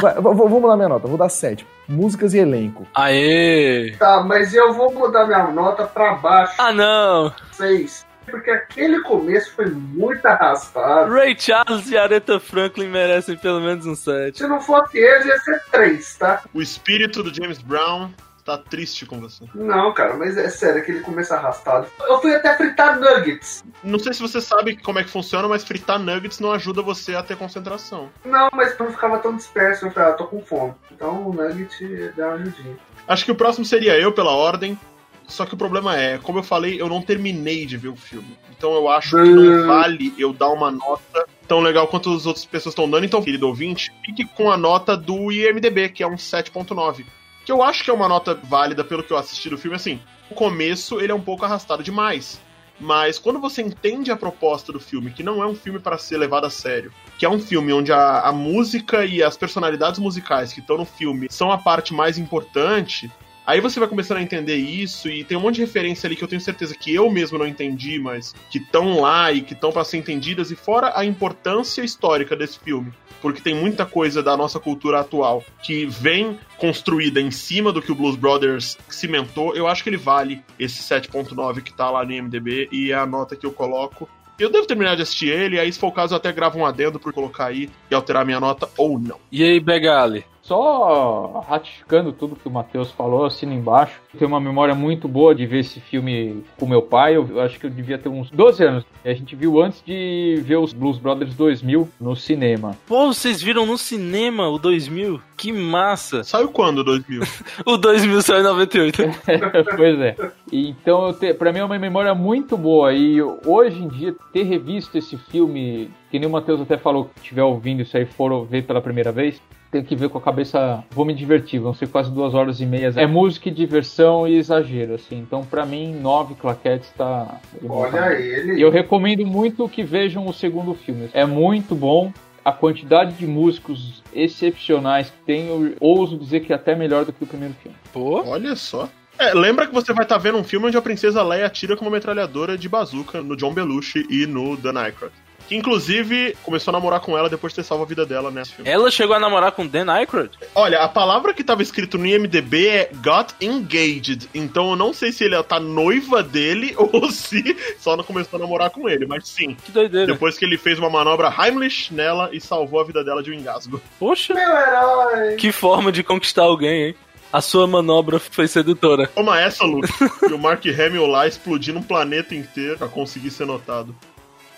D: Vai, v- v- vamos lá, minha nota, vou dar sete. Músicas e elenco.
C: Aê!
G: Tá, mas eu vou mudar minha nota pra baixo,
C: Ah não!
G: 6. Porque aquele começo foi muito arrastado.
C: Ray Charles e Aretha Franklin merecem pelo menos um 7.
G: Se não fosse eles, ia ser 3, tá?
A: O espírito do James Brown tá triste com você.
G: Não, cara, mas é sério, aquele começo arrastado. Eu fui até fritar nuggets.
A: Não sei se você sabe como é que funciona, mas fritar nuggets não ajuda você a ter concentração.
G: Não, mas eu não ficava tão disperso, eu falei, ah, tô com fome. Então o nugget dá uma ajudinha.
A: Acho que o próximo seria eu, pela ordem. Só que o problema é, como eu falei, eu não terminei de ver o filme. Então eu acho que não vale eu dar uma nota tão legal quanto as outras pessoas estão dando. Então, querido ouvinte, fique com a nota do IMDB, que é um 7.9. Que eu acho que é uma nota válida pelo que eu assisti do filme. Assim, o começo ele é um pouco arrastado demais. Mas quando você entende a proposta do filme, que não é um filme para ser levado a sério, que é um filme onde a, a música e as personalidades musicais que estão no filme são a parte mais importante, aí você vai começando a entender isso e tem um monte de referência ali que eu tenho certeza que eu mesmo não entendi, mas que estão lá e que estão para ser entendidas, e fora a importância histórica desse filme. Porque tem muita coisa da nossa cultura atual que vem construída em cima do que o Blues Brothers cimentou. Eu acho que ele vale esse 7.9 que tá lá no IMDB e é a nota que eu coloco. Eu devo terminar de assistir ele, aí se for o caso eu até gravo um adendo por colocar aí e alterar minha nota ou não.
C: E aí, Begali?
F: Só ratificando tudo que o Matheus falou, assina embaixo. Eu tenho uma memória muito boa de ver esse filme com meu pai. Eu acho que eu devia ter uns 12 anos. E a gente viu antes de ver os Blues Brothers 2000 no cinema.
C: Pô, vocês viram no cinema o 2000? Que massa!
A: Saiu quando, 2000?
C: O 2000 saiu em 98.
F: pois é. Então, eu te, pra mim é uma memória muito boa. E hoje em dia, ter revisto esse filme, que nem o Matheus até falou, que estiver ouvindo isso aí, for ver pela primeira vez, tem que ver com a cabeça. Vou me divertir, vão ser quase duas horas e meia. É música e diversão e exagero, assim. Então, pra mim, nove claquetes tá.
G: Olha
F: E
G: ele.
F: eu recomendo muito que vejam o segundo filme. É muito bom. A quantidade de músicos excepcionais que tem, eu ouso dizer que é até melhor do que o primeiro filme.
C: Pô,
A: Olha só. É, lembra que você vai estar vendo um filme onde a princesa Leia atira com uma metralhadora de bazuca no John Belushi e no Dan Aykroyd. Que, inclusive, começou a namorar com ela depois de ter salvo a vida dela nesse filme.
C: ela chegou a namorar com Dan Aykroyd?
A: Olha, a palavra que tava escrito no IMDB é got engaged. Então eu não sei se ele tá noiva dele ou se só não começou a namorar com ele. Mas sim,
C: Que doideira.
A: depois que ele fez uma manobra Heimlich nela e salvou a vida dela de um engasgo.
C: Poxa,
G: Meu herói!
C: que forma de conquistar alguém, hein? A sua manobra foi sedutora.
A: Toma essa, Luke. e o Mark Hamill lá explodindo um planeta inteiro pra conseguir ser notado.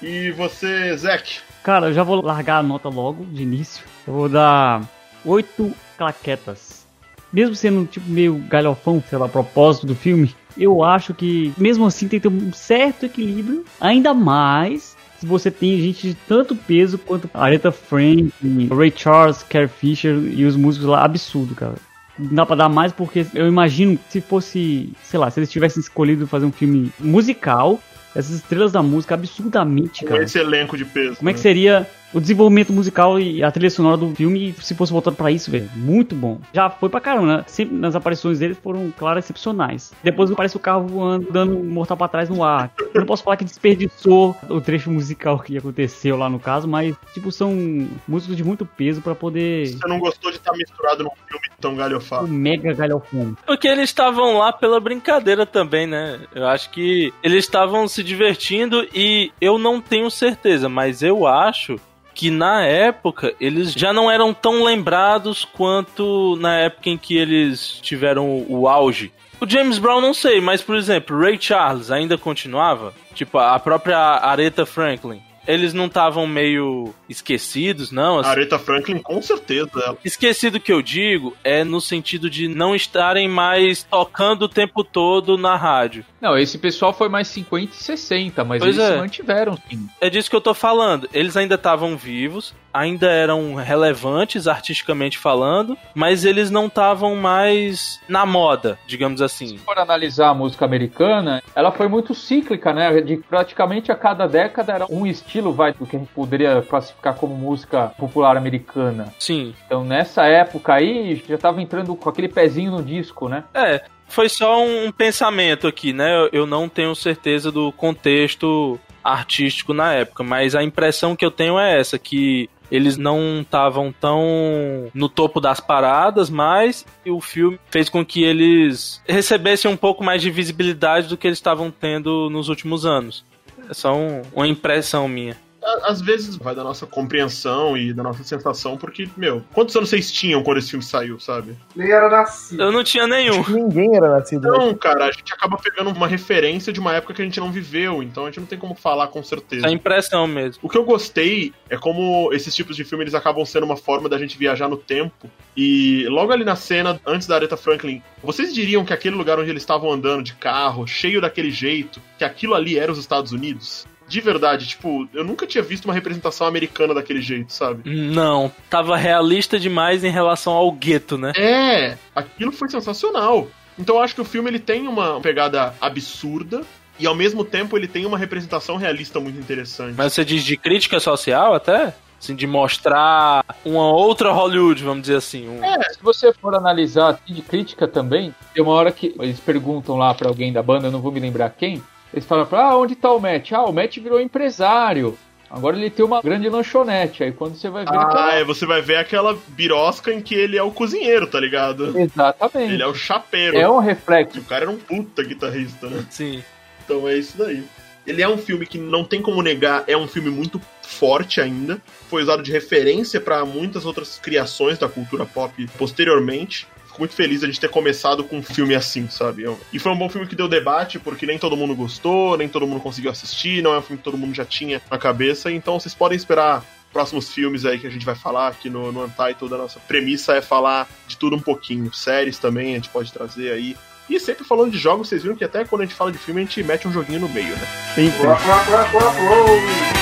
A: E você, Zack?
E: Cara, eu já vou largar a nota logo, de início. Eu vou dar oito claquetas. Mesmo sendo tipo meio galhofão, sei lá, propósito do filme, eu acho que mesmo assim tem que ter um certo equilíbrio, ainda mais se você tem gente de tanto peso quanto Aretha Franklin, Ray Charles, Carrie Fisher e os músicos lá, absurdo, cara. dá pra dar mais, porque eu imagino que se fosse, sei lá, se eles tivessem escolhido fazer um filme musical, essas estrelas da música absurdamente,
A: Com
E: cara.
A: um esse elenco de peso. né?
E: Como é que seria o desenvolvimento musical e a trilha sonora do filme se fosse voltado pra isso, velho? Muito bom. Já foi pra caramba, né? Sempre nas aparições deles foram, claro, excepcionais. Depois aparece o carro voando, dando um mortal pra trás no ar. Eu não posso falar que desperdiçou o trecho musical que aconteceu lá no caso, mas, tipo, são músicos de muito peso pra poder.
A: Você não gostou de estar misturado num filme tão galhofado.
E: Um mega galhofão.
C: Porque eles estavam lá pela brincadeira também, né? Eu acho que eles estavam se divertindo e eu não tenho certeza, mas eu acho que na época eles já não eram tão lembrados quanto na época em que eles tiveram o auge. O James Brown não sei, mas por exemplo, Ray Charles ainda continuava, tipo a própria Aretha Franklin. Eles não estavam meio esquecidos, não, assim.
A: Aretha Franklin, com certeza. Ela.
C: Esquecido que eu digo é no sentido de não estarem mais tocando o tempo todo na rádio.
F: Não, esse pessoal foi mais 50 e 60, mas
C: Pois
F: eles
C: é.
F: se mantiveram, sim.
C: É disso que eu tô falando. Eles ainda estavam vivos, ainda eram relevantes artisticamente falando, mas eles não estavam mais na moda, digamos assim.
F: Se for analisar a música americana, ela foi muito cíclica, né? De praticamente a cada década era um estilo, vai, do que a gente poderia classificar como música popular americana.
C: Sim.
F: Então nessa época aí, já tava entrando com aquele pezinho no disco, né?
C: É, foi só um pensamento aqui, né? Eu- Eu não tenho certeza do contexto artístico na época, mas a impressão que eu tenho é essa, que eles não estavam tão no topo das paradas, mas o filme fez com que eles recebessem um pouco mais de visibilidade do que eles estavam tendo nos últimos anos. É só um- uma impressão minha.
A: Á- Às vezes vai da nossa compreensão e da nossa sensação, porque, meu, quantos anos vocês tinham quando esse filme saiu, sabe?
G: Nem era nascido.
C: Eu não tinha nenhum.
D: Ninguém era nascido. né?
A: Então, cara, a gente acaba pegando uma referência de uma época que a gente não viveu, então a gente não tem como falar com certeza.
C: É impressão mesmo.
A: O que eu gostei é como esses tipos de filme eles acabam sendo uma forma da gente viajar no tempo. E logo ali na cena, antes da Aretha Franklin, vocês diriam que aquele lugar onde eles estavam andando de carro, cheio daquele jeito, que aquilo ali era os Estados Unidos? De verdade, tipo, eu nunca tinha visto uma representação americana daquele jeito, sabe?
C: Não, tava realista demais em relação ao gueto, né?
A: É, aquilo foi sensacional. Então eu acho que o filme ele tem uma pegada absurda e ao mesmo tempo ele tem uma representação realista muito interessante.
C: Mas você diz de crítica social até? Assim, de mostrar uma outra Hollywood, vamos dizer assim. um-
F: Se você for analisar assim, de crítica também, tem uma hora que eles perguntam lá pra alguém da banda, eu não vou me lembrar quem, eles falam pra ah, onde tá o Matt? Ah, o Matt virou empresário. Agora ele tem uma grande lanchonete. Aí quando você vai ver, ele fala,
A: Ah, é, você vai ver aquela birosca em que ele é o cozinheiro, tá ligado?
F: exatamente.
A: Ele é o chapeiro.
F: É um reflexo.
A: E o cara era um puta guitarrista, né?
C: Sim.
A: Então é isso daí. Ele é um filme que não tem como negar, é um filme muito forte ainda. Foi usado de referência para muitas outras criações da cultura pop posteriormente. Fico muito feliz de a gente ter começado com um filme assim, sabe? Eu- E foi um bom filme que deu debate, porque nem todo mundo gostou, nem todo mundo conseguiu assistir, não é um filme que todo mundo já tinha na cabeça. Então vocês podem esperar próximos filmes aí que a gente vai falar aqui no, no Untitled. A nossa premissa é falar de tudo um pouquinho. Séries também a gente pode trazer aí. E sempre falando de jogos, vocês viram que até quando a gente fala de filme, a gente mete um joguinho no meio, né?
E: Sempre.
G: Plá, plá, plá, plá, plá.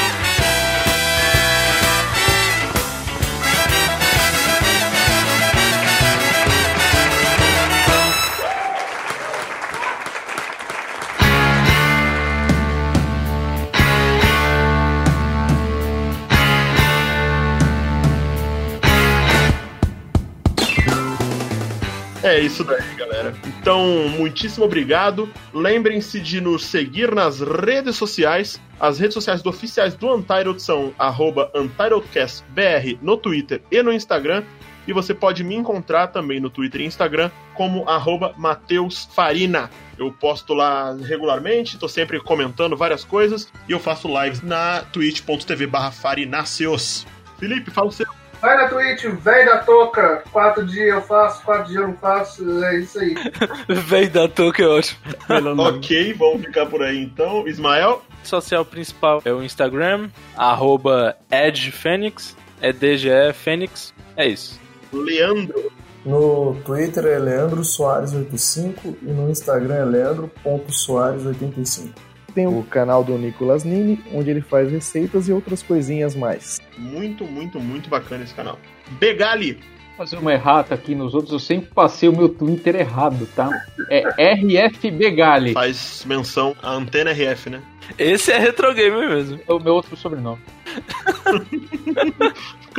A: É isso daí, galera. Então, muitíssimo obrigado. Lembrem-se de nos seguir nas redes sociais. As redes sociais do oficiais do Untitled são arroba UntitledCastBR no Twitter e no Instagram. E você pode me encontrar também no Twitter e Instagram como arroba Mateus Farina. Eu posto lá regularmente, tô sempre comentando várias coisas e eu faço lives na twitch.tv barra Farináceos. Felipe, fala o seu.
G: Vai na Twitch, velho da toca. Quatro dias eu faço, quatro dias eu não faço. É isso aí.
C: Vem da é toca, eu acho.
E: Melhor não.
A: Ok, vamos ficar por aí então. Ismael,
C: Social principal é o Instagram, arroba edgefenix, é DGE Fênix. É isso.
A: Leandro,
D: No Twitter é Leandro Soares85 e no Instagram é leandro.soares85. Tem o canal do Nicolas Nini, onde ele faz receitas e outras coisinhas mais.
A: muito, muito, muito bacana esse canal. Begali,
F: fazer uma errata aqui nos outros, eu sempre passei o meu Twitter errado, tá? É RFB Gale,
A: Faz menção à antena RF, né?
C: Esse é retrogame mesmo.
F: é o meu outro sobrenome.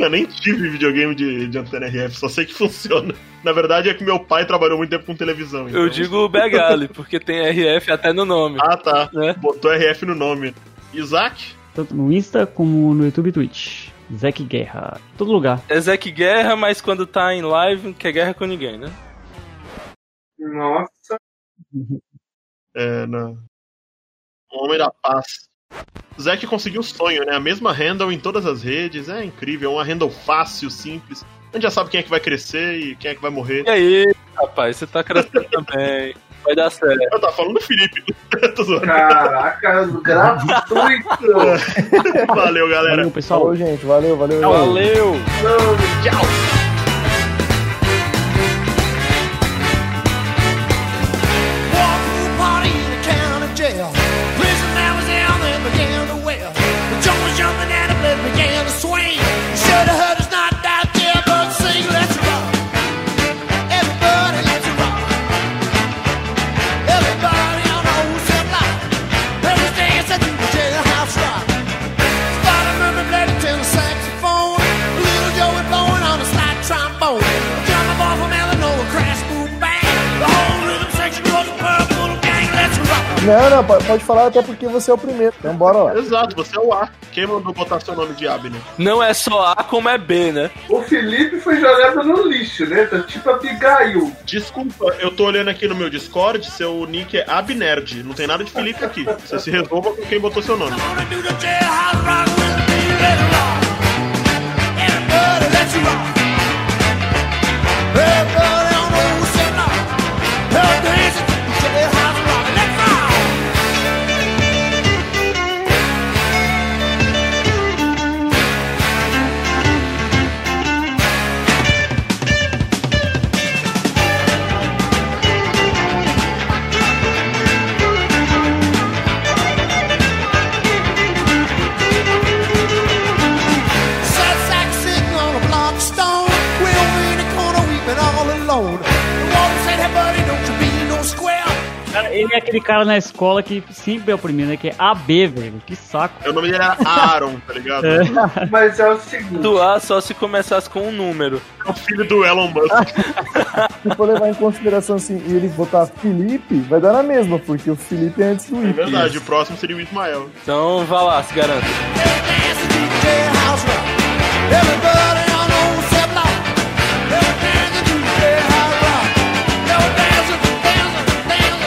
A: Eu nem tive videogame de, de antena RF, só sei que funciona. Na verdade é que meu pai trabalhou muito tempo com televisão. então-
C: Eu digo Begale, porque tem RF até no nome.
A: Ah, tá.
C: Né?
A: Botou RF no nome. Isaac?
E: Tanto no Insta como no YouTube e Twitch. Zack Guerra. Todo lugar.
C: É Zack Guerra, mas quando tá em live, não quer guerra com ninguém, né?
G: Nossa.
A: É, não. O Homem da Paz. Zack conseguiu o sonho, né? A mesma handle em todas as redes. É incrível. É uma handle fácil, simples. A gente já sabe quem é que vai crescer e quem é que vai morrer.
C: E aí, rapaz, você tá crescendo também. Vai dar certo.
A: Eu tava falando do Felipe. Tô zoando.
G: Caraca, gratuito.
A: Valeu, galera.
E: Valeu, pessoal.
D: Falou, gente. Valeu, valeu.
C: Valeu!
A: Tchau.
J: Walked through a party in a county jail. Prison that was down there began to wail. The joint was jumping and the blood began to swing. You should have heard us not out there, but sing, let's rock. Everybody, let's rock. Everybody on the whole set block. Every day it's a new jailhouse rock. Spotted murmur, bloody tenor saxophone. Little Joey blowing on a slide trombone. A drummer boy from Illinois, crash boom bang. The whole rhythm section was a purple gang. Let's rock.
D: Não, não, po- pode falar até porque você é o primeiro. Então bora lá.
A: Exato, você é o A. Quem mandou botar seu nome de Abner?
C: Não é só A como é B, né?
G: o Felipe foi jogado no lixo, né? Tá tipo Abigail.
A: Desculpa, eu tô olhando aqui no meu Discord, seu nick é Abnerd. Não tem nada de Felipe aqui. Você se resolva com quem botou seu nome.
J: I'm gonna do the jailhouse rock with me. Let's rock. Everybody, let's rock. Everybody on the old set block. They're dancing to the jailhouse rock. Let's rock. Sad sitting on a block of stone. We're over in the corner weeping all alone. The warden said, Hey, buddy, don't you be no square.
E: Cara, ele é aquele cara na escola que sempre é o primeiro, né? Que é AB, velho. Que saco.
A: Meu nome dele era Aaron, tá ligado?
E: É.
G: Mas é o seguinte.
C: Do A só se começasse com um número.
A: É o filho do Elon Musk.
D: Se for levar em consideração assim, e ele botar Felipe, vai dar na mesma, porque o Felipe é antes do
A: É
D: I.
A: verdade, o próximo seria o Ismael.
C: Então vá lá, se garanta.
J: They're dancing to the jailhouse rock. Everybody on old set block. They're dancing to the jailhouse rock. They're dancing, dancing, dancing, dancing,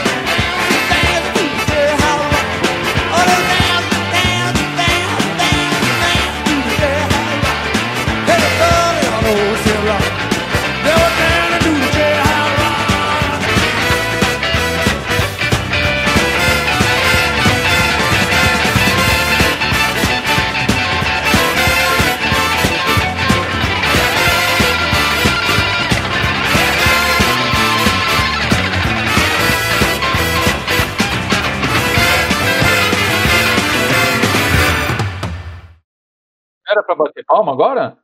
J: dancing to the jailhouse rock. Oh, they're dancing, dancing, dancing, dancing, dancing to the jailhouse rock. Everybody on old set block. They're dancing to the jailhouse rock.
F: Era pra bater palma agora?